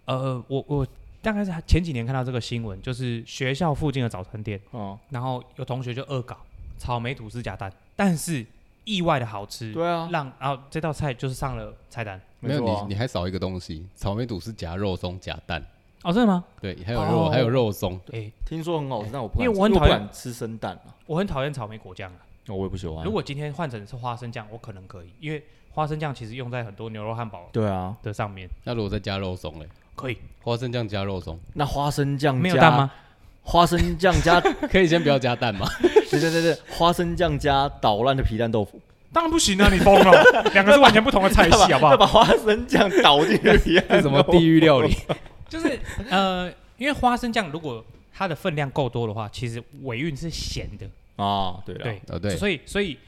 [SPEAKER 2] 欸、
[SPEAKER 1] 呃，我我大概是前几年看到这个新闻，就是学校附近的早餐店。
[SPEAKER 2] 哦，
[SPEAKER 1] 然后有同学就恶搞草莓吐司夹蛋，但是意外的好吃，
[SPEAKER 2] 对啊，
[SPEAKER 1] 让然后这道菜就是上了菜单。
[SPEAKER 3] 没有
[SPEAKER 2] 错啊
[SPEAKER 3] 你，你还少一个东西，草莓肚是夹肉松夹蛋，
[SPEAKER 1] 哦，真的吗？
[SPEAKER 3] 对，还有肉，
[SPEAKER 1] 哦
[SPEAKER 3] 还有肉松，
[SPEAKER 1] 哎、
[SPEAKER 2] 听说很好吃，但我不
[SPEAKER 1] 因
[SPEAKER 2] 敢
[SPEAKER 1] 为
[SPEAKER 2] 吃，
[SPEAKER 1] 我很
[SPEAKER 2] 不
[SPEAKER 1] 讨厌
[SPEAKER 2] 敢吃生蛋啊，
[SPEAKER 1] 我很讨厌草莓果酱啊。
[SPEAKER 2] 哦我也不喜欢
[SPEAKER 1] 如。果今天换成是花生酱，我可能可以，因为花生酱其实用在很多牛肉汉堡
[SPEAKER 2] 对啊，
[SPEAKER 1] 的上面，
[SPEAKER 3] 那如果再加肉松嘞，
[SPEAKER 1] 可以。
[SPEAKER 3] 花生酱加肉松，
[SPEAKER 2] 那花生酱
[SPEAKER 1] 没有蛋嗯
[SPEAKER 2] 加
[SPEAKER 1] 吗？
[SPEAKER 2] 花生酱加， 对
[SPEAKER 3] 可以先不要加蛋吗？
[SPEAKER 2] 对对对，花生酱加捣烂的皮蛋豆腐，
[SPEAKER 1] 当然不行啊，你疯 了，两个是完全不同的菜 系，好不
[SPEAKER 2] 要
[SPEAKER 1] 好？
[SPEAKER 2] 把花生酱倒进去皮
[SPEAKER 3] 这
[SPEAKER 2] 蛋
[SPEAKER 3] 什么地狱 料理？
[SPEAKER 1] 就是 呃，因为花生酱如果它的分量够多的话，其实尾韵是咸的，
[SPEAKER 2] 啊？对啊，
[SPEAKER 1] 对，
[SPEAKER 3] 哦，对，
[SPEAKER 1] 所以所以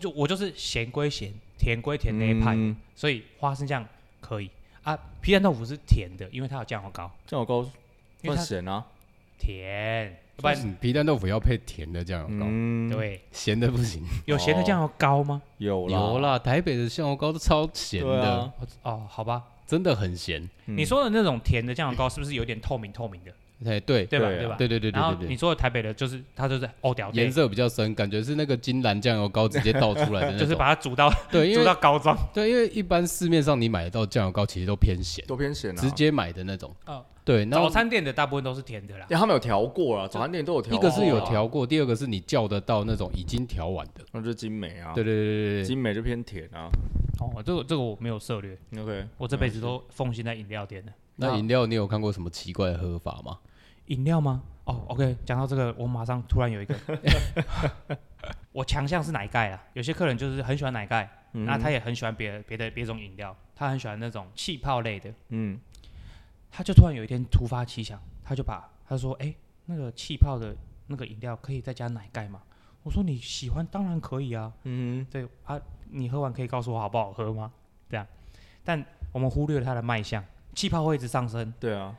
[SPEAKER 1] 就我就是咸归咸，甜归甜那一派，
[SPEAKER 2] 嗯
[SPEAKER 1] 所以花生酱可以啊，皮蛋豆腐是甜的，因为它有酱油膏，
[SPEAKER 2] 酱油膏
[SPEAKER 1] 因为
[SPEAKER 2] 算
[SPEAKER 1] 它
[SPEAKER 2] 咸啊，
[SPEAKER 1] 甜，要不
[SPEAKER 3] 不
[SPEAKER 1] 然
[SPEAKER 3] 然皮蛋豆腐要配甜的酱油膏，
[SPEAKER 2] 嗯，
[SPEAKER 1] 对，
[SPEAKER 3] 咸的不行。
[SPEAKER 1] 有咸的
[SPEAKER 2] 哦
[SPEAKER 1] 酱油膏吗？
[SPEAKER 2] 有啦，
[SPEAKER 3] 有啦，台北的酱油膏都超咸
[SPEAKER 2] 对
[SPEAKER 3] 的，
[SPEAKER 2] 啊
[SPEAKER 1] 哦，好吧，
[SPEAKER 3] 真的很咸。
[SPEAKER 2] 嗯
[SPEAKER 1] 你说的那种甜的酱油膏是不是有点透明透明的，
[SPEAKER 3] 哎，对，
[SPEAKER 1] 对吧？
[SPEAKER 2] 对啊
[SPEAKER 1] 吧？
[SPEAKER 3] 对对对对
[SPEAKER 1] 然后
[SPEAKER 3] 对
[SPEAKER 1] 你
[SPEAKER 3] 对，
[SPEAKER 1] 说的台北的，就是它就是哦屌
[SPEAKER 3] 颜
[SPEAKER 1] 对，
[SPEAKER 3] 色比较深，感觉是那个金兰酱油膏直接倒出来的那 种。
[SPEAKER 1] 就是把它煮到
[SPEAKER 3] 对，因
[SPEAKER 1] 煮
[SPEAKER 3] 为
[SPEAKER 1] 到膏状。
[SPEAKER 3] 对，因为一般市面上你买得到酱油膏，其实都偏咸，
[SPEAKER 2] 都偏咸啊，
[SPEAKER 3] 直接买的那种。
[SPEAKER 1] 哦
[SPEAKER 3] 对，然
[SPEAKER 1] 早
[SPEAKER 3] 后
[SPEAKER 1] 餐店的大部分都是甜的啦
[SPEAKER 2] 因。为他们有调过啊，早餐店都有调
[SPEAKER 3] 一
[SPEAKER 2] 过
[SPEAKER 3] 个
[SPEAKER 2] 啊，
[SPEAKER 3] 是有调过，第二个是你叫得到那种已经调完的。
[SPEAKER 2] 那就是金梅啊，
[SPEAKER 3] 对对对对对
[SPEAKER 2] 金梅就偏甜啊。
[SPEAKER 1] 哦，这个这个我没有涉略，
[SPEAKER 2] OK，
[SPEAKER 1] 我这辈子都奉献在饮料店的。
[SPEAKER 3] 那饮料你有看过什么奇怪的喝法吗？
[SPEAKER 1] 饮料吗？哦，OK，讲到这个，我马上突然有一个， 我强项是奶盖啦。有些客人就是很喜欢奶盖，
[SPEAKER 2] 嗯
[SPEAKER 1] 那他也很喜欢别的别的别种饮料，他很喜欢那种气泡类的。
[SPEAKER 2] 嗯，
[SPEAKER 1] 他就突然有一天突发奇想，他就把他说：“哎、那个气泡的那个饮料可以再加奶盖吗？”我说：“你喜欢当然可以啊，
[SPEAKER 2] 嗯
[SPEAKER 1] 对啊，你喝完可以告诉我好不好喝吗？”这样，但我们忽略了它的卖相，气泡会一直上升，
[SPEAKER 2] 对啊，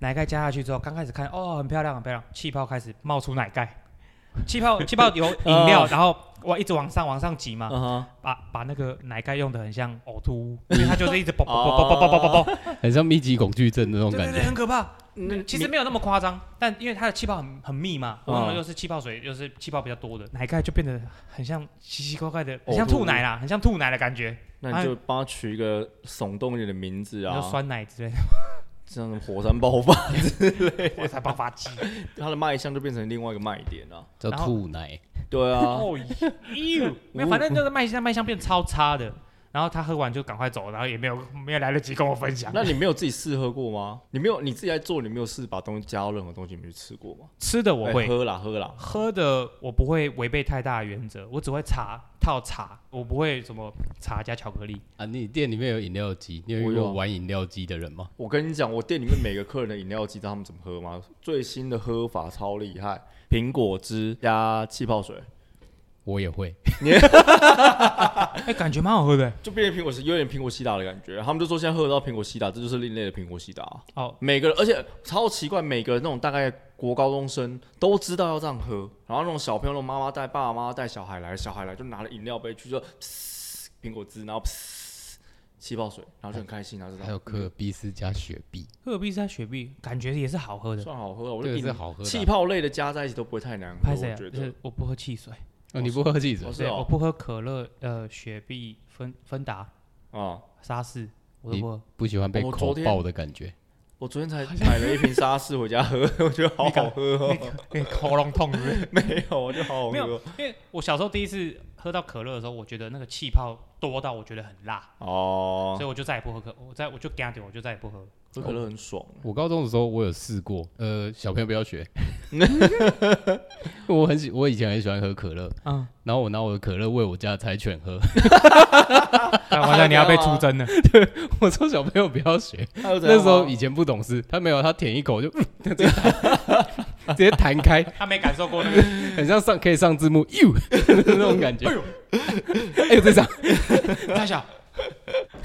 [SPEAKER 1] 奶盖加下去之后，刚开始看哦很漂亮很漂亮，气泡开始冒出奶盖，气泡气泡 有饮料，然后哇一直往上往上挤嘛，
[SPEAKER 2] 哦嗯哼，
[SPEAKER 1] 把把那个奶盖用的很像呕吐 物，因为它就是一直啵啵啵啵啵啵啵啵啵，
[SPEAKER 3] 很像密集恐惧症那种
[SPEAKER 1] 对
[SPEAKER 3] 感
[SPEAKER 1] 对对，
[SPEAKER 3] 觉。
[SPEAKER 1] 很可怕。嗯其实没有那么夸张，但因为它的气泡很很密嘛，
[SPEAKER 2] 嗯
[SPEAKER 1] 我用的又是气泡水，又是气泡比较多的，奶盖就变得很像奇奇怪怪的，很像
[SPEAKER 2] 呕吐物
[SPEAKER 1] 吐奶啦，很像吐奶的感觉，
[SPEAKER 2] 那
[SPEAKER 3] 哎
[SPEAKER 2] 你就帮他取一个耸动一点的名字
[SPEAKER 1] 然
[SPEAKER 2] 啊
[SPEAKER 1] 后，酸奶之类的，
[SPEAKER 2] 像什么火山爆发，
[SPEAKER 1] 我才爆发机。
[SPEAKER 2] 它的卖相就变成另外一个卖点啊。
[SPEAKER 3] 叫
[SPEAKER 1] 然后
[SPEAKER 3] 吐奶，
[SPEAKER 2] 对 啊，
[SPEAKER 1] 哦 哟，没有，反正就是卖相卖相变超差的。然后他喝完就赶快走，然后也没有没有来得及跟我分享。
[SPEAKER 2] 那你没有自己试喝过吗？你没有你自己在做，你没有试把东西加到任何东西里面去吃过吗？
[SPEAKER 1] 吃的我
[SPEAKER 2] 哎
[SPEAKER 1] 会，
[SPEAKER 2] 喝啦喝啦，
[SPEAKER 1] 喝的我不会违背太大的原则，我只会茶套茶，我不会什么茶加巧克力。
[SPEAKER 3] 啊，你店里面有饮料机，你有
[SPEAKER 2] 我
[SPEAKER 3] 遇
[SPEAKER 2] 有啊
[SPEAKER 3] 过玩饮料机的人吗？
[SPEAKER 2] 我跟你讲，我店里面每个客人的饮料机，知道他们怎么喝吗？最新的喝法超厉害，苹果汁加气泡水，
[SPEAKER 3] 我也会，
[SPEAKER 1] 哎，感觉蛮好喝的。
[SPEAKER 2] 就变成苹果汁，有点苹果西打的感觉。他们就说现在喝得到苹果西打，这就是另类的苹果西打啊。
[SPEAKER 1] 哦，
[SPEAKER 2] 每个人，而且超奇怪，每个那种大概国高中生都知道要这样喝，然后那种小朋友的妈妈带爸爸妈妈带小孩来，小孩来就拿了饮料杯去就噗苹果汁，然后噗气泡水，然后就很开心，然后就这嗯
[SPEAKER 3] 还
[SPEAKER 2] 样
[SPEAKER 3] 有可尔必斯加雪碧，
[SPEAKER 1] 喝尔必斯加雪碧，感觉也是好喝的。
[SPEAKER 2] 算好喝啊，我
[SPEAKER 3] 这
[SPEAKER 2] 就
[SPEAKER 3] 个是
[SPEAKER 2] 饮
[SPEAKER 3] 好喝的
[SPEAKER 2] 气
[SPEAKER 3] 啊。
[SPEAKER 2] 泡类的加在一起都不会太难喝，
[SPEAKER 1] 拍
[SPEAKER 2] 我
[SPEAKER 1] 谁啊？
[SPEAKER 2] 觉
[SPEAKER 1] 就
[SPEAKER 2] 得
[SPEAKER 1] 是。我不喝汽水，
[SPEAKER 3] 哦，你不喝汽水
[SPEAKER 2] 哦，是
[SPEAKER 1] 对，
[SPEAKER 2] 哦
[SPEAKER 1] 我不喝可乐、呃雪碧、芬芬达、
[SPEAKER 2] 啊、
[SPEAKER 1] 沙士，我都不喝。
[SPEAKER 3] 不喜欢被
[SPEAKER 2] 我
[SPEAKER 3] 口
[SPEAKER 2] 昨天
[SPEAKER 3] 爆的感觉。
[SPEAKER 2] 我昨天才买了一瓶沙士回家喝，我觉得好好喝 哦、
[SPEAKER 1] 你喉咙痛是不是？
[SPEAKER 2] 没有，我觉得好好
[SPEAKER 1] 没
[SPEAKER 2] 喝
[SPEAKER 1] 有
[SPEAKER 2] 哦、，
[SPEAKER 1] 因为我小时候第一次喝到可乐的时候，我觉得那个气泡多到我觉得很辣，所以
[SPEAKER 2] 哦，
[SPEAKER 1] 我就再也不喝可，我再我就干掉，我就再也不喝。
[SPEAKER 2] 喝可乐很爽。
[SPEAKER 3] 我高中的时候，我有试过，呃，小朋友不要 学。我很喜，我以前很喜欢喝可乐，
[SPEAKER 1] 嗯，
[SPEAKER 3] 然后我拿我的可乐喂我家的柴犬喝。
[SPEAKER 1] 完啊了你要被出征 了。
[SPEAKER 3] 我说小朋友不要 学，
[SPEAKER 2] 还有怎样啊
[SPEAKER 3] 那时候
[SPEAKER 2] 吗
[SPEAKER 3] 以前不懂事，他没有，他舔一口就、 嗯、直接弹直接弹开，
[SPEAKER 1] 他啊没感受过那个，
[SPEAKER 3] 很像上可以上字幕 you 那种感觉。哎呦，哎呦，这张，
[SPEAKER 1] 大小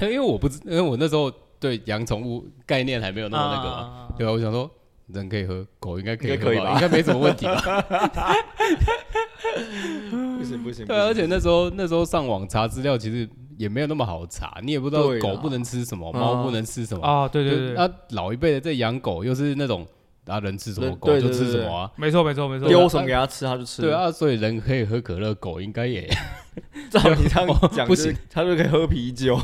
[SPEAKER 3] 因为我不知，因为我那时候对养宠物概念还没有那么那个嘛，
[SPEAKER 1] 啊
[SPEAKER 3] 对吧、我想说人可以喝，狗应该可以
[SPEAKER 2] 应该
[SPEAKER 3] 喝
[SPEAKER 2] 可以
[SPEAKER 3] 吧，
[SPEAKER 2] 吧
[SPEAKER 3] 应该没什么问 题吧？
[SPEAKER 2] 不行不行，
[SPEAKER 3] 对啊、而且那时候那时候上网查资料，其实也没有那么好查，你也不知道
[SPEAKER 2] 对啊啦
[SPEAKER 3] 狗不能吃什么，
[SPEAKER 2] 嗯
[SPEAKER 3] 猫不能吃什么。
[SPEAKER 1] 哦，对对
[SPEAKER 3] 就啊
[SPEAKER 1] 对，
[SPEAKER 3] 那老一辈的在养狗，又是那种然后人吃什么
[SPEAKER 2] 人
[SPEAKER 3] 狗
[SPEAKER 2] 对
[SPEAKER 3] 就
[SPEAKER 2] 对
[SPEAKER 3] 吃
[SPEAKER 2] 对
[SPEAKER 3] 什
[SPEAKER 2] 对
[SPEAKER 3] 么啊。
[SPEAKER 1] 没错没错没错，
[SPEAKER 2] 丢什么给他吃，他就吃。
[SPEAKER 3] 对，啊，所以人可以喝可乐，狗应该也
[SPEAKER 2] 照你这样讲，
[SPEAKER 3] 哦不
[SPEAKER 2] 就
[SPEAKER 3] 行
[SPEAKER 2] 是他就可以喝啤酒，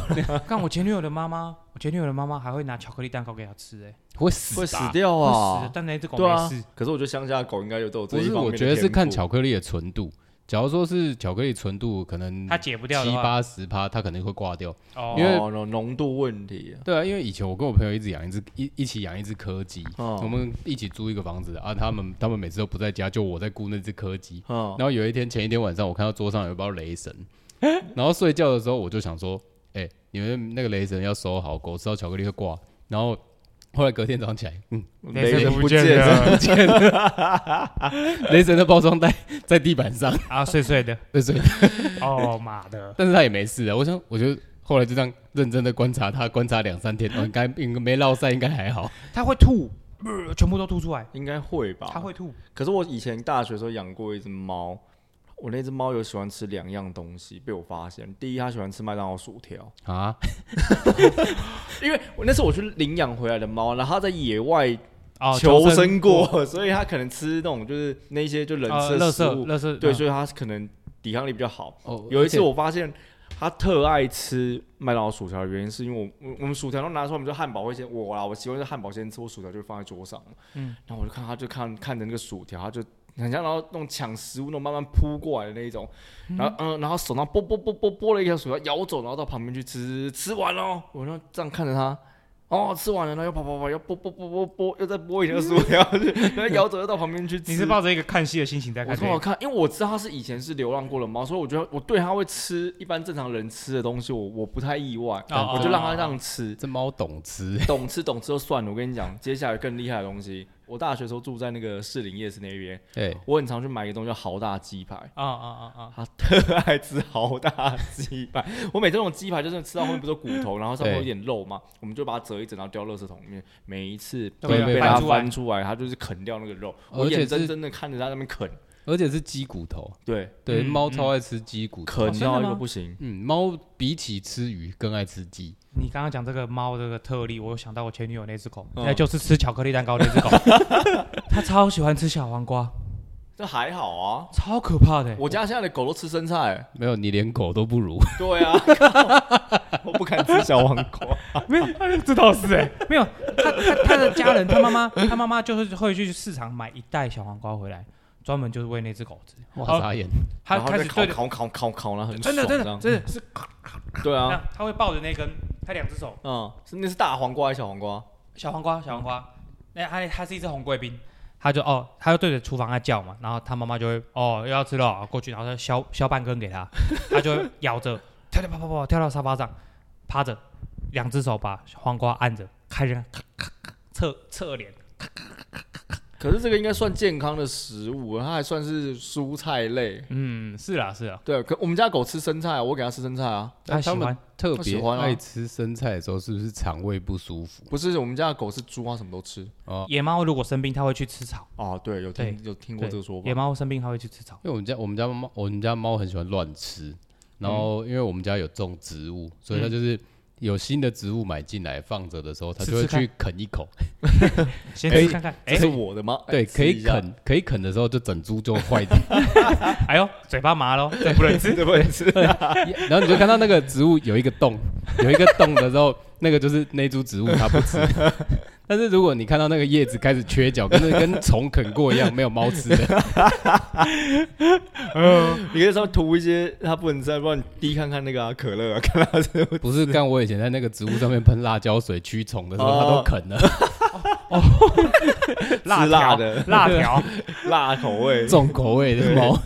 [SPEAKER 1] 看我前女友的妈妈，我前女友的妈妈还会拿巧克力蛋糕给她吃、欸，
[SPEAKER 3] 会死
[SPEAKER 2] 会
[SPEAKER 3] 吧
[SPEAKER 2] 死掉
[SPEAKER 1] 哎、会死
[SPEAKER 2] 啊
[SPEAKER 1] 的，！但那只狗
[SPEAKER 2] 对
[SPEAKER 1] 没
[SPEAKER 2] 啊
[SPEAKER 1] 事。，
[SPEAKER 2] 可是我觉得乡下的狗应该有都有这
[SPEAKER 3] 不
[SPEAKER 2] 一
[SPEAKER 3] 是，
[SPEAKER 2] 方面
[SPEAKER 3] 我
[SPEAKER 2] 的
[SPEAKER 3] 觉得是看
[SPEAKER 2] 天
[SPEAKER 3] 巧
[SPEAKER 2] 赋
[SPEAKER 3] 克力的纯度。假如说是巧克力纯度，可能
[SPEAKER 1] 它解不掉的
[SPEAKER 3] 七
[SPEAKER 1] 话，
[SPEAKER 3] 八十趴，它可能会挂掉。
[SPEAKER 1] 哦
[SPEAKER 3] 因为
[SPEAKER 2] 哦浓浓度问题啊。
[SPEAKER 3] 对啊，因为以前我跟我朋友一直养一只一一起养一只柯基，
[SPEAKER 2] 哦
[SPEAKER 3] 我们一起租一个房子啊，他们他们每次都不在家，就我在顾那只柯基。
[SPEAKER 2] 嗯，
[SPEAKER 3] 然后有一天前一天晚上，我看到桌上有一包雷神，然后睡觉的时候我就想说，哎、你们那个雷神要收好，狗吃到巧克力会挂。然后后来隔天早上起来，嗯，
[SPEAKER 1] 雷
[SPEAKER 2] 神
[SPEAKER 1] 神
[SPEAKER 2] 不
[SPEAKER 1] 不见
[SPEAKER 2] 见了，
[SPEAKER 1] 了
[SPEAKER 3] 雷神的包装袋 在地板上，
[SPEAKER 1] 啊，碎碎的，
[SPEAKER 3] 对所以
[SPEAKER 1] 哦妈的，
[SPEAKER 3] 但是他也没事啊。我想，我就后来就这样认真的观察他，观察两三天，哦应该应该没落晒，应该还好。
[SPEAKER 1] 它会吐、呃全部都吐出来，
[SPEAKER 2] 应该会吧？
[SPEAKER 1] 它会吐，
[SPEAKER 2] 可是我以前大学的时候养过一只猫，我那只猫有喜欢吃两样东西，被我发现。第一，它喜欢吃麦当劳薯条，
[SPEAKER 3] 啊，
[SPEAKER 2] 因为我那是我去领养回来的猫，然后它在野外
[SPEAKER 1] 哦，
[SPEAKER 2] 求生
[SPEAKER 1] 生
[SPEAKER 2] 过，， 所以它可能吃那种就是那些就人吃
[SPEAKER 1] 呃，
[SPEAKER 2] 的
[SPEAKER 1] 乐
[SPEAKER 2] 食
[SPEAKER 1] 色
[SPEAKER 2] 物，
[SPEAKER 1] 乐色，
[SPEAKER 2] 对，
[SPEAKER 1] 嗯
[SPEAKER 2] 所以它可能抵抗力比较好。
[SPEAKER 3] 哦
[SPEAKER 2] 有一次
[SPEAKER 3] 而且
[SPEAKER 2] 我发现它特爱吃麦当劳薯条的原因，是因为我我我们薯条都拿出来，我们就汉堡会先我啦，我习惯是汉堡先吃，我薯条就放在桌上。嗯
[SPEAKER 1] 嗯，
[SPEAKER 2] 然后我就看它就看看着那个薯条，它就很像然后那种抢食物那种慢慢扑过来的那一种，然后嗯，然后手上剥剥剥剥剥了一条薯条，咬走，然后到旁边去吃，吃完了，我就这样看着它。哦，吃完了，然后又跑跑跑，又剥剥剥剥剥，又再剥一条薯条， 然后咬走，又到旁边去吃。
[SPEAKER 1] 你是抱着一个看戏的心情在
[SPEAKER 2] 我
[SPEAKER 1] 看
[SPEAKER 2] 超
[SPEAKER 1] 电
[SPEAKER 2] 好
[SPEAKER 1] 影，
[SPEAKER 2] 看，因为我知道它是以前是流浪过的猫，所以我觉得我对它会吃一般正常人吃的东西，我我不太意外，
[SPEAKER 1] 哦
[SPEAKER 2] 我就让它
[SPEAKER 1] 哦
[SPEAKER 2] 这样吃，
[SPEAKER 3] 这猫懂吃，
[SPEAKER 2] 懂吃懂吃就算了。我跟你讲，接下来更厉害的东西，我大学的时候住在那个士林夜市那边，
[SPEAKER 3] 对，
[SPEAKER 2] 我很常去买一个东西叫豪大鸡排。
[SPEAKER 1] 啊啊啊啊，
[SPEAKER 2] 他特爱吃豪大鸡排，我每次那种鸡排就是吃到后面不是有骨头，然后上面有点肉嘛，我们就把它折一折，然后丢到垃圾桶里面。每一次
[SPEAKER 1] 都
[SPEAKER 3] 被
[SPEAKER 2] 被
[SPEAKER 3] 翻
[SPEAKER 2] 它
[SPEAKER 1] 出来
[SPEAKER 2] 翻出来，它就是啃掉那个肉，
[SPEAKER 3] 而
[SPEAKER 2] 我
[SPEAKER 3] 且
[SPEAKER 2] 眼
[SPEAKER 3] 是哦
[SPEAKER 2] 睁睁的看着它在那边啃，
[SPEAKER 3] 而且是鸡骨头，
[SPEAKER 2] 对，
[SPEAKER 3] 对，
[SPEAKER 1] 嗯
[SPEAKER 3] 猫
[SPEAKER 1] 嗯
[SPEAKER 3] 超爱吃鸡骨头。
[SPEAKER 1] 哦
[SPEAKER 2] 啃
[SPEAKER 1] 真的
[SPEAKER 2] 到一个
[SPEAKER 1] 吗
[SPEAKER 2] 不行。
[SPEAKER 3] 嗯，猫比起吃鱼更爱吃鸡。
[SPEAKER 1] 你刚刚讲这个猫这个特例，我有想到我前女友那只狗，
[SPEAKER 2] 嗯
[SPEAKER 1] 那就是吃巧克力蛋糕那只狗， 它超喜欢吃小黄瓜，
[SPEAKER 2] 这还好啊，
[SPEAKER 1] 超可怕的欸，
[SPEAKER 2] 我家现在的狗都吃生菜。
[SPEAKER 3] 没有，你连狗都不如。
[SPEAKER 2] 对 啊，我不敢吃小黄 瓜。
[SPEAKER 1] 没有，这倒是哎、没有，他他他的家人，他妈妈，他妈妈就是会去市场买一袋小黄瓜回来，专门就是喂那只狗吃。 哦
[SPEAKER 3] 哇，
[SPEAKER 1] 好
[SPEAKER 3] 傻眼！
[SPEAKER 1] 他
[SPEAKER 2] 然后
[SPEAKER 1] 开
[SPEAKER 2] 再
[SPEAKER 1] 始
[SPEAKER 2] 烤
[SPEAKER 1] 对的
[SPEAKER 2] 烤烤烤烤，然后很
[SPEAKER 1] 真的
[SPEAKER 2] 爽
[SPEAKER 1] 真
[SPEAKER 2] 这
[SPEAKER 1] 的
[SPEAKER 2] 样
[SPEAKER 1] 真的是，
[SPEAKER 2] 对 啊，
[SPEAKER 1] 他会抱着那根，他两只手
[SPEAKER 2] 嗯，是那是大黄瓜还是小黄瓜？
[SPEAKER 1] 小黄瓜小黄瓜，那他他是一只红贵宾，他就哦，他就对着厨房在叫嘛，然后他妈妈就会哦又要吃了哦，过去，然后他削削半根给他， 他就会咬着，跳跳跑跑跑跳到沙发上，趴着，两只手把黄瓜按着，开始咔咔咔侧侧脸。
[SPEAKER 2] 可是这个应该算健康的食物，它还算是蔬菜类。
[SPEAKER 1] 嗯，是啦，是啦，
[SPEAKER 2] 对，啊可我们家狗吃生菜啊，我给它吃生菜啊，
[SPEAKER 1] 他喜
[SPEAKER 3] 他们
[SPEAKER 1] 欢
[SPEAKER 3] 特
[SPEAKER 2] 它喜
[SPEAKER 3] 别
[SPEAKER 2] 欢啊
[SPEAKER 3] 爱吃生菜的时候，是不是肠胃不舒服？
[SPEAKER 2] 不是我们家的狗是猪啊，什么都吃。
[SPEAKER 3] 哦，
[SPEAKER 1] 野猫，如果生病，它会去吃草。
[SPEAKER 2] 哦，对，有听有听过
[SPEAKER 1] 对
[SPEAKER 2] 这个说
[SPEAKER 1] 野
[SPEAKER 2] 法。
[SPEAKER 1] 猫生病，它会去吃草。
[SPEAKER 3] 因为我们家我们家猫我们家猫很喜欢乱吃，然后因为我们家有种植物，所以它就是有新的植物买进来放着的时候，它
[SPEAKER 1] 吃
[SPEAKER 3] 就会
[SPEAKER 1] 吃看
[SPEAKER 3] 去啃一口。
[SPEAKER 1] 先
[SPEAKER 3] 可以
[SPEAKER 1] 吃看看，
[SPEAKER 2] 这
[SPEAKER 1] 哎
[SPEAKER 2] 是，我的吗？
[SPEAKER 3] 对，
[SPEAKER 2] 哎
[SPEAKER 3] 可以，
[SPEAKER 2] 吃一下
[SPEAKER 3] 啃，可以啃的时候就整株就坏掉，
[SPEAKER 1] 哎呦，嘴巴麻喽，这不 能吃。
[SPEAKER 2] 对不能吃。
[SPEAKER 3] 然后你就看到那个植物有一个 洞，有一个洞的时候，那个就是那株植物它不 吃。但是如果你看到那个叶子开始缺角，跟跟虫啃过一样，没有猫吃 的，
[SPEAKER 2] 你可以稍微涂一些它不能吃的，不然你滴看看那个啊可乐啊，看它是
[SPEAKER 3] 不是干我以前在那个植物上面喷辣椒水驱虫的时候，它都啃 了。
[SPEAKER 1] 辣
[SPEAKER 2] 吃辣
[SPEAKER 1] 条
[SPEAKER 2] 的
[SPEAKER 1] 辣条。
[SPEAKER 2] 辣口味，
[SPEAKER 3] 重口味的猫，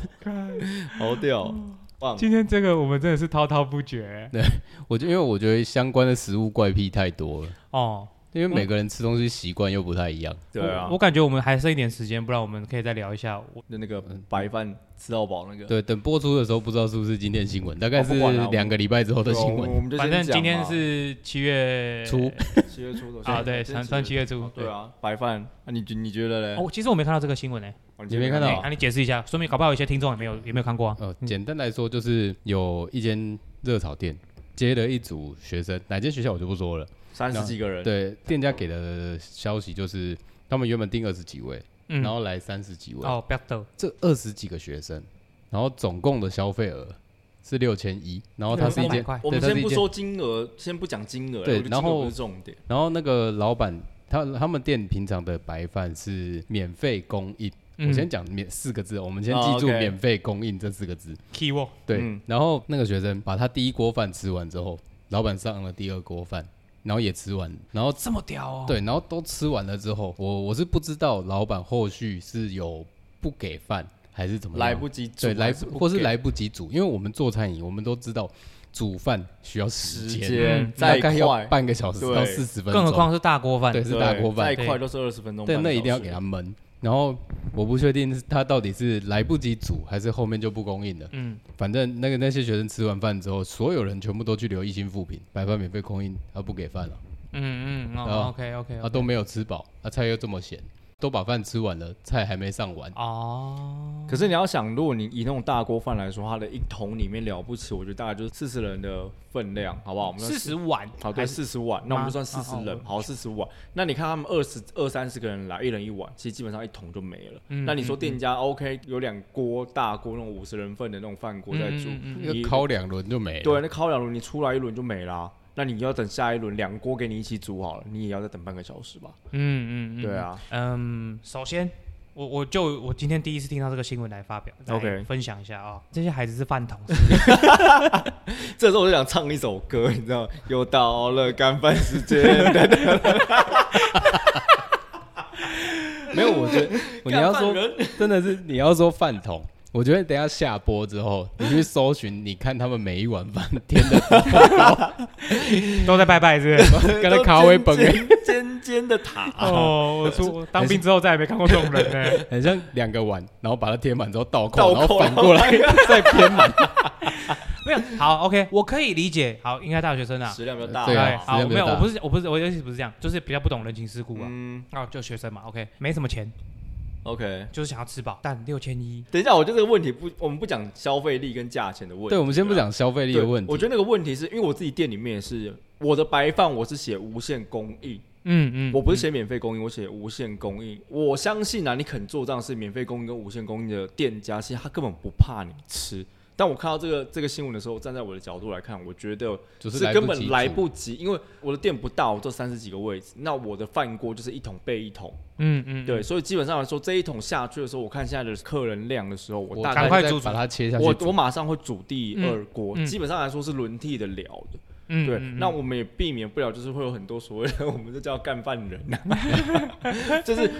[SPEAKER 2] 好屌，棒！
[SPEAKER 1] 今天这个我们真的是滔滔不绝
[SPEAKER 3] 我就因为我觉得相关的食物怪癖太多了，
[SPEAKER 1] 哦。
[SPEAKER 3] 因为每个人吃东西习惯又不太一样。
[SPEAKER 2] 对啊
[SPEAKER 1] 我，我感觉我们还剩一点时间，不然我们可以再聊一下。我
[SPEAKER 2] 就那个白饭吃到饱那个，
[SPEAKER 3] 对，等播出的时候不知道是不是今天新闻，大概
[SPEAKER 2] 哦
[SPEAKER 3] 是
[SPEAKER 2] 不管啦我
[SPEAKER 3] 两个礼拜之后的
[SPEAKER 2] 对啊，
[SPEAKER 3] 新闻。
[SPEAKER 2] 我们就
[SPEAKER 1] 反
[SPEAKER 2] 先
[SPEAKER 1] 正
[SPEAKER 2] 讲
[SPEAKER 1] 今天
[SPEAKER 2] 嘛
[SPEAKER 1] 是七月
[SPEAKER 3] 初
[SPEAKER 2] 七月初的
[SPEAKER 1] 啊，对，算算七月初。
[SPEAKER 2] 对啊，白饭，那你觉你觉得嘞？
[SPEAKER 1] 哦，其实我没看到这个新闻呢。
[SPEAKER 2] 哦
[SPEAKER 3] 你没看到啊
[SPEAKER 1] 哎那你解释一下，说明搞不好有些听众也没有也没有看过啊。
[SPEAKER 3] 呃，简单来说就是有一间热炒店接了一组学生，哪间学校我就不说了。
[SPEAKER 1] 嗯
[SPEAKER 2] 三十几个人，
[SPEAKER 3] 对，店家给的消息就是他们原本定二十几位，
[SPEAKER 1] 嗯，
[SPEAKER 3] 然后来三十几位，
[SPEAKER 1] 哦，不要逗，
[SPEAKER 3] 这二十几个学生，然后总共的消费额是六千一，然后它是一
[SPEAKER 1] Oh my
[SPEAKER 3] 间
[SPEAKER 1] God，
[SPEAKER 2] 我们
[SPEAKER 3] 对它是
[SPEAKER 2] 先
[SPEAKER 3] 一
[SPEAKER 2] 不
[SPEAKER 3] 间
[SPEAKER 2] 说金额，先不讲金额，
[SPEAKER 3] 对
[SPEAKER 2] 我觉得
[SPEAKER 3] 然
[SPEAKER 2] 金额
[SPEAKER 3] 后
[SPEAKER 2] 不是重点。
[SPEAKER 3] 然后那个老板，他他们店平常的白饭是免费供应。我
[SPEAKER 1] 嗯
[SPEAKER 3] 先讲免四个字，我们先
[SPEAKER 2] 哦
[SPEAKER 3] 记住“
[SPEAKER 2] ，OK
[SPEAKER 3] 免费供应”这四个字。
[SPEAKER 1] key word，
[SPEAKER 3] 对，
[SPEAKER 2] 嗯
[SPEAKER 3] 然后那个学生把他第一锅饭吃完之后，老板上了第二锅饭，然后也吃完，然后
[SPEAKER 1] 这么屌哦，
[SPEAKER 3] 对，然后都吃完了之后，我我是不知道老板后续是有不给饭还是怎么样
[SPEAKER 2] 来不及煮
[SPEAKER 3] 对，来
[SPEAKER 2] 还是不
[SPEAKER 3] 或是
[SPEAKER 2] 给
[SPEAKER 3] 来不及煮，因为我们做餐饮，我们都知道煮饭需要时
[SPEAKER 2] 时
[SPEAKER 3] 间，
[SPEAKER 2] 间
[SPEAKER 1] 嗯
[SPEAKER 3] 大
[SPEAKER 2] 再
[SPEAKER 3] 概要
[SPEAKER 2] 快，
[SPEAKER 3] 半个小时
[SPEAKER 2] 对
[SPEAKER 3] 到四十分钟，
[SPEAKER 1] 更何况是大锅饭，
[SPEAKER 3] 对是大
[SPEAKER 2] 对
[SPEAKER 3] 锅饭
[SPEAKER 2] 再快都是二十分钟，
[SPEAKER 3] 但
[SPEAKER 2] 半
[SPEAKER 3] 那
[SPEAKER 2] 个
[SPEAKER 3] 一定要
[SPEAKER 2] 小时
[SPEAKER 3] 给他焖。然后我不确定是他到底是来不及煮，还是后面就不供应了。
[SPEAKER 1] 嗯，
[SPEAKER 3] 反正那个那些学生吃完饭之后，所有人全部都去留一星复评，白饭免费供应，他、不给饭了，
[SPEAKER 1] 嗯嗯，
[SPEAKER 3] 哦
[SPEAKER 1] 哦，OK OK，
[SPEAKER 2] 啊
[SPEAKER 3] 他、都没有吃饱，他、菜又这么咸，都把饭吃完了，菜还没上完，
[SPEAKER 1] 哦，
[SPEAKER 2] 可是你要想，如果你以那种大锅饭来说，它的一桶里面了不起，我觉得大概就是四十人的分量，好不好？我们
[SPEAKER 1] 四十碗
[SPEAKER 2] 好
[SPEAKER 1] 还
[SPEAKER 2] 对
[SPEAKER 1] 是
[SPEAKER 2] 四十碗，那我们就算
[SPEAKER 1] 啊
[SPEAKER 2] 四十
[SPEAKER 1] 哦
[SPEAKER 2] 人，
[SPEAKER 1] 哦
[SPEAKER 2] 好四十碗。那你看他们二十二三十个人来，一人一碗，其实基本上一桶就没了。
[SPEAKER 1] 嗯
[SPEAKER 2] 那你说店家 OK 有两锅大锅那种五十人份的那种饭锅在煮，
[SPEAKER 1] 嗯嗯嗯
[SPEAKER 3] 那个
[SPEAKER 2] 你
[SPEAKER 3] 烤两轮就没了。
[SPEAKER 2] 对，那烤两轮你出来一轮就没啦、那你要等下一轮两锅给你一起煮好了，你也要再等半个小时吧？
[SPEAKER 1] 嗯嗯嗯，
[SPEAKER 2] 对啊，
[SPEAKER 1] 嗯，首先，我我就我今天第一次听到这个新闻来发表来
[SPEAKER 2] OK
[SPEAKER 1] 分享一下啊、这些孩子是饭 桶，
[SPEAKER 2] 这时候我就想唱一首歌，你知道吗，又到了干饭时间。
[SPEAKER 3] 没有，我 觉得你
[SPEAKER 2] 干
[SPEAKER 3] 要
[SPEAKER 2] 饭
[SPEAKER 3] 说
[SPEAKER 2] 人
[SPEAKER 3] 真的是你要说饭桶，我觉得等一下下播之后，你去搜寻，你看他们每一碗饭添 的
[SPEAKER 1] 都在拜拜是不是？
[SPEAKER 3] 跟那咖啡本欸
[SPEAKER 2] 尖尖尖的塔，
[SPEAKER 1] 哦，我出我当兵之后再也没看过这种人呢、
[SPEAKER 3] 很像两个碗，然后把它填满之后倒
[SPEAKER 2] 倒
[SPEAKER 3] 扣，
[SPEAKER 2] 扣
[SPEAKER 3] 然后反过来 再填满。
[SPEAKER 1] 没有，好，OK，我可以理解，好，应该大学生啊，
[SPEAKER 2] 食量比较大。
[SPEAKER 3] 对啊
[SPEAKER 1] 好，
[SPEAKER 3] 时
[SPEAKER 1] 我
[SPEAKER 3] 间比
[SPEAKER 1] 没有，
[SPEAKER 3] 较大
[SPEAKER 1] 我不是我不是我的意思不是这样，就是比较不懂人情世故啊，
[SPEAKER 2] 嗯
[SPEAKER 1] 哦，就学生嘛，OK，没什么钱，
[SPEAKER 2] ，OK。
[SPEAKER 1] 就是想要吃饱，但六千一，
[SPEAKER 2] 等一下，我觉得这个问题不，我们不讲消费力跟价钱的问题。
[SPEAKER 3] 对，我们先不
[SPEAKER 2] 啊
[SPEAKER 3] 讲消费力
[SPEAKER 2] 对
[SPEAKER 3] 的问题
[SPEAKER 2] 我，觉得那个问题是因为我自己店里面也是，我的白饭我是写无限供应，
[SPEAKER 1] 嗯嗯，
[SPEAKER 2] 我不是写免费供应，我写无限供应。我相信啊，你肯做这样的事，免费供应跟无限供应的店家，其实他根本不怕你吃。但我看到这个这个新闻的时候，站在我的角度来看，我觉得
[SPEAKER 3] 就是
[SPEAKER 2] 是
[SPEAKER 3] 来
[SPEAKER 2] 根
[SPEAKER 3] 不及
[SPEAKER 2] 本来
[SPEAKER 3] 煮
[SPEAKER 2] 不及，因为我的店不大，我做三十几个位置，那我的饭锅就是一桶备一桶，
[SPEAKER 1] 嗯嗯，
[SPEAKER 2] 对，所以基本上来说，这一桶下去的时候，我看现在的客人量的时候，我
[SPEAKER 3] 我
[SPEAKER 2] 大
[SPEAKER 1] 赶
[SPEAKER 2] 概
[SPEAKER 1] 快
[SPEAKER 3] 再
[SPEAKER 1] 煮
[SPEAKER 3] 把它切下去
[SPEAKER 2] 我
[SPEAKER 3] 煮。
[SPEAKER 2] 我马上会煮第二锅，
[SPEAKER 1] 嗯嗯
[SPEAKER 2] 基本上来说是轮替的聊的。
[SPEAKER 1] 嗯，
[SPEAKER 2] 对，
[SPEAKER 1] 嗯
[SPEAKER 2] 那我们也避免不了，就是会有很多所谓的，我 们就叫干饭人、啊 就是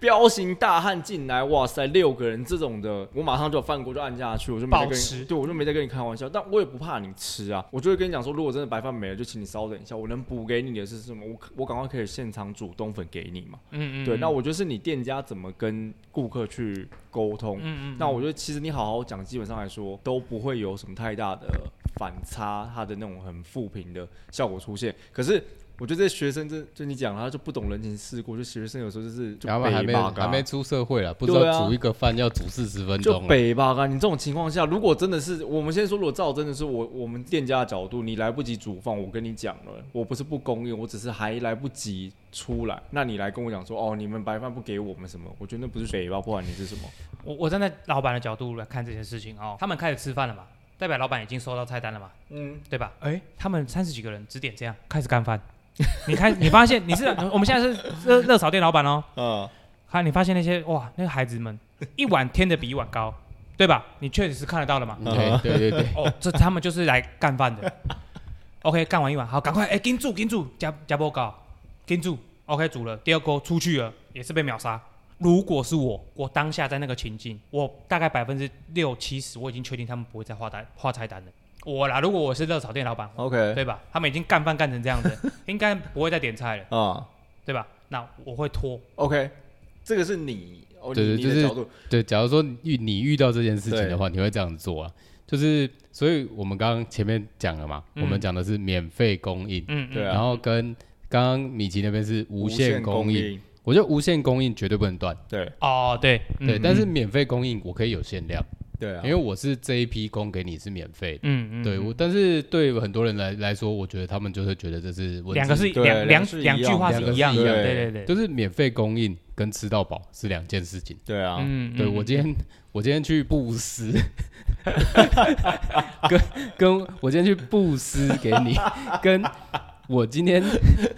[SPEAKER 2] 彪形大汉进来，哇塞，六个人这种的，我马上就有饭锅就按下去，我就没在
[SPEAKER 1] 暴
[SPEAKER 2] 跟
[SPEAKER 1] 吃
[SPEAKER 2] 你，对我就没在跟你开玩笑，但我也不怕你吃啊，我就会跟你讲说，如果真的白饭没了，就请你稍等一下，我能补给你的是什么？我可我赶快可以现场煮冬粉给你嘛。
[SPEAKER 1] 嗯嗯，
[SPEAKER 2] 对，
[SPEAKER 1] 嗯
[SPEAKER 2] 那我觉得是你店家怎么跟顾客去沟通。
[SPEAKER 1] 嗯嗯，
[SPEAKER 2] 那我觉得其实你好好讲，基本上来说都不会有什么太大的反差，他的那种很负评的效果出现。可是我觉得这些学生真就你讲了，他就不懂人情世故，就学生有时候就是就
[SPEAKER 3] 然后还
[SPEAKER 2] 北
[SPEAKER 3] 没
[SPEAKER 2] 吧
[SPEAKER 3] 还没
[SPEAKER 2] 嘎。
[SPEAKER 3] 啊出社会了，不知
[SPEAKER 2] 啊对
[SPEAKER 3] 道
[SPEAKER 2] 啊
[SPEAKER 3] 煮一个饭要煮四十分
[SPEAKER 2] 就
[SPEAKER 3] 钟了。
[SPEAKER 2] 北吧，嘎！你这种情况下，如果真的是我们先说，如果照真的是我我们店家的角度，你来不及煮饭，我跟你讲了，我不是不供应，我只是还来不及出来。那你来跟我讲说，哦，你们白饭不给我们什么？我觉得那不是北吧，不管你是什么。
[SPEAKER 1] 我我站在老板的角度来看这件事情哦，他们开始吃饭了嘛，代表老板已经收到菜单了嘛，
[SPEAKER 2] 嗯，
[SPEAKER 1] 对吧？哎、他们三十几个人只点这样开始干饭， 你开你发现你是我们现在是热热炒店老板哦，
[SPEAKER 2] 啊，
[SPEAKER 1] 看你发现那些哇那个孩子们 一碗添的比一碗高，对吧？你确实是看得到的嘛。
[SPEAKER 2] 啊
[SPEAKER 3] 对对对对，
[SPEAKER 1] 哦，这他们就是来干饭的。OK，干完一碗好，赶快哎盯住盯住加加波高盯住 OK 煮了第二锅出去了也是被秒杀。如果是我，我当下在那个情境，我大概百分之六七十我已经确定他们不会再画单画菜单了。我啦，如果我是热炒店老板，
[SPEAKER 2] OK，
[SPEAKER 1] 对吧？他们已经干饭干成这样子，应该不会再点菜了，
[SPEAKER 2] 啊
[SPEAKER 1] 对吧？那我会拖，
[SPEAKER 2] ，OK，这个是你，哦，
[SPEAKER 3] 对对
[SPEAKER 2] 你
[SPEAKER 3] 就
[SPEAKER 2] 你
[SPEAKER 3] 是
[SPEAKER 2] 的角度，
[SPEAKER 3] 对，假如说你遇你遇到这件事情的话，你会这样做啊？就是，所以我们刚刚前面讲了嘛，
[SPEAKER 1] 嗯
[SPEAKER 3] 我们讲的是免费供应，
[SPEAKER 1] 嗯，
[SPEAKER 2] 对啊
[SPEAKER 3] 然后跟刚刚米奇那边是无限供应，
[SPEAKER 2] 应，
[SPEAKER 3] 我觉得无限供应绝对不能断，
[SPEAKER 2] 对，
[SPEAKER 1] 哦，对
[SPEAKER 3] 对，但是免费供应我可以有限量，
[SPEAKER 2] 对啊
[SPEAKER 3] 因，为我是这一批供给你是免费的。
[SPEAKER 1] 嗯嗯，
[SPEAKER 3] 对我，但是对很多人来来说，我觉得他们就会觉得这是文字
[SPEAKER 1] 两个是
[SPEAKER 2] 对
[SPEAKER 1] 两
[SPEAKER 2] 两
[SPEAKER 1] 两
[SPEAKER 2] 个是一
[SPEAKER 1] 两句
[SPEAKER 2] 样
[SPEAKER 1] 话
[SPEAKER 3] 的
[SPEAKER 1] 是一样的，
[SPEAKER 2] 两个是一
[SPEAKER 1] 对对对，
[SPEAKER 3] 就是免费供应跟吃到饱是两件事情。
[SPEAKER 2] 对啊，
[SPEAKER 1] 嗯
[SPEAKER 3] 对我今天 我今天去布施，跟跟我今天去布施给你，跟我今天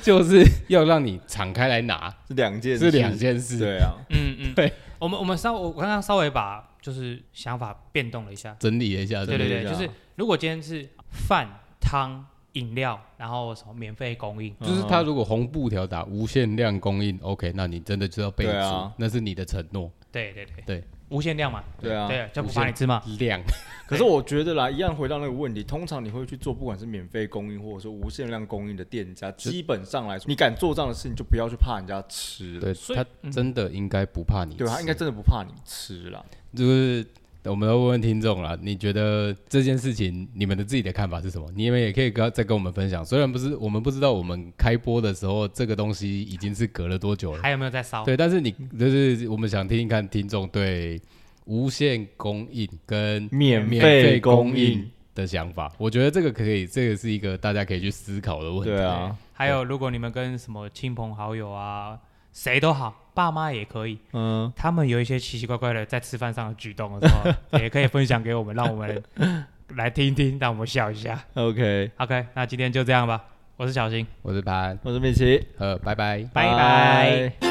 [SPEAKER 3] 就是要让你敞开来拿
[SPEAKER 2] 是两件
[SPEAKER 3] 是
[SPEAKER 2] 事
[SPEAKER 3] 两件事，
[SPEAKER 2] 对 啊，
[SPEAKER 1] 嗯嗯，
[SPEAKER 3] 对，
[SPEAKER 1] 我们我们稍我刚刚稍微把就是想法变动了一下，
[SPEAKER 3] 整理了一下，
[SPEAKER 1] 对
[SPEAKER 3] 整理
[SPEAKER 1] 对
[SPEAKER 3] 了
[SPEAKER 1] 对，就是如果今天是饭汤饮料，然后什么免费供应，
[SPEAKER 3] 就是他如果红布条打无限量供应，OK，那你真的就要备足，
[SPEAKER 2] 对啊
[SPEAKER 3] 那是你的承诺。
[SPEAKER 1] 对对对
[SPEAKER 3] 对，
[SPEAKER 1] 无限量嘛，
[SPEAKER 2] 对啊。
[SPEAKER 1] 对，就
[SPEAKER 3] 无
[SPEAKER 1] 不
[SPEAKER 3] 限
[SPEAKER 1] 怕你吃嘛，
[SPEAKER 3] 量，
[SPEAKER 2] 可是我觉得啦，一样回到那个问题，通常你会去做，不管是免费供应或者说无限量供应的店家，基本上来说，你敢做这样的事情，就不要去怕人家吃了。
[SPEAKER 3] 对
[SPEAKER 1] 所以
[SPEAKER 3] 他
[SPEAKER 1] 嗯啊
[SPEAKER 3] 真的应该不怕你吃，
[SPEAKER 2] 对，他应该真的不怕你吃啦。
[SPEAKER 3] 就是呃我们要问问听众啦，你觉得这件事情你们的自己的看法是什么？你们也可以跟再跟我们分享。虽然不是我们不知道我们开播的时候这个东西已经是隔了多久了，
[SPEAKER 1] 还有没有在烧？
[SPEAKER 3] 对，但是你就是我们想听一看听众对无限供应跟
[SPEAKER 2] 免
[SPEAKER 3] 免费供应，的想法。我觉得这个可以，这个是一个大家可以去思考的问题。
[SPEAKER 2] 对啊，
[SPEAKER 1] 还有如果你们跟什么亲朋好友啊，谁都好，爸妈也可以，
[SPEAKER 2] 嗯，
[SPEAKER 1] 他们有一些奇奇怪怪的在吃饭上的举动的时候，也可以分享给我们，让我们来听听，让我们笑一下。
[SPEAKER 2] OK，
[SPEAKER 1] OK，那今天就这样吧，我是小新。
[SPEAKER 3] 我是潘，
[SPEAKER 2] 我是米奇，
[SPEAKER 3] 呃，拜拜。
[SPEAKER 1] 拜拜。
[SPEAKER 2] 拜。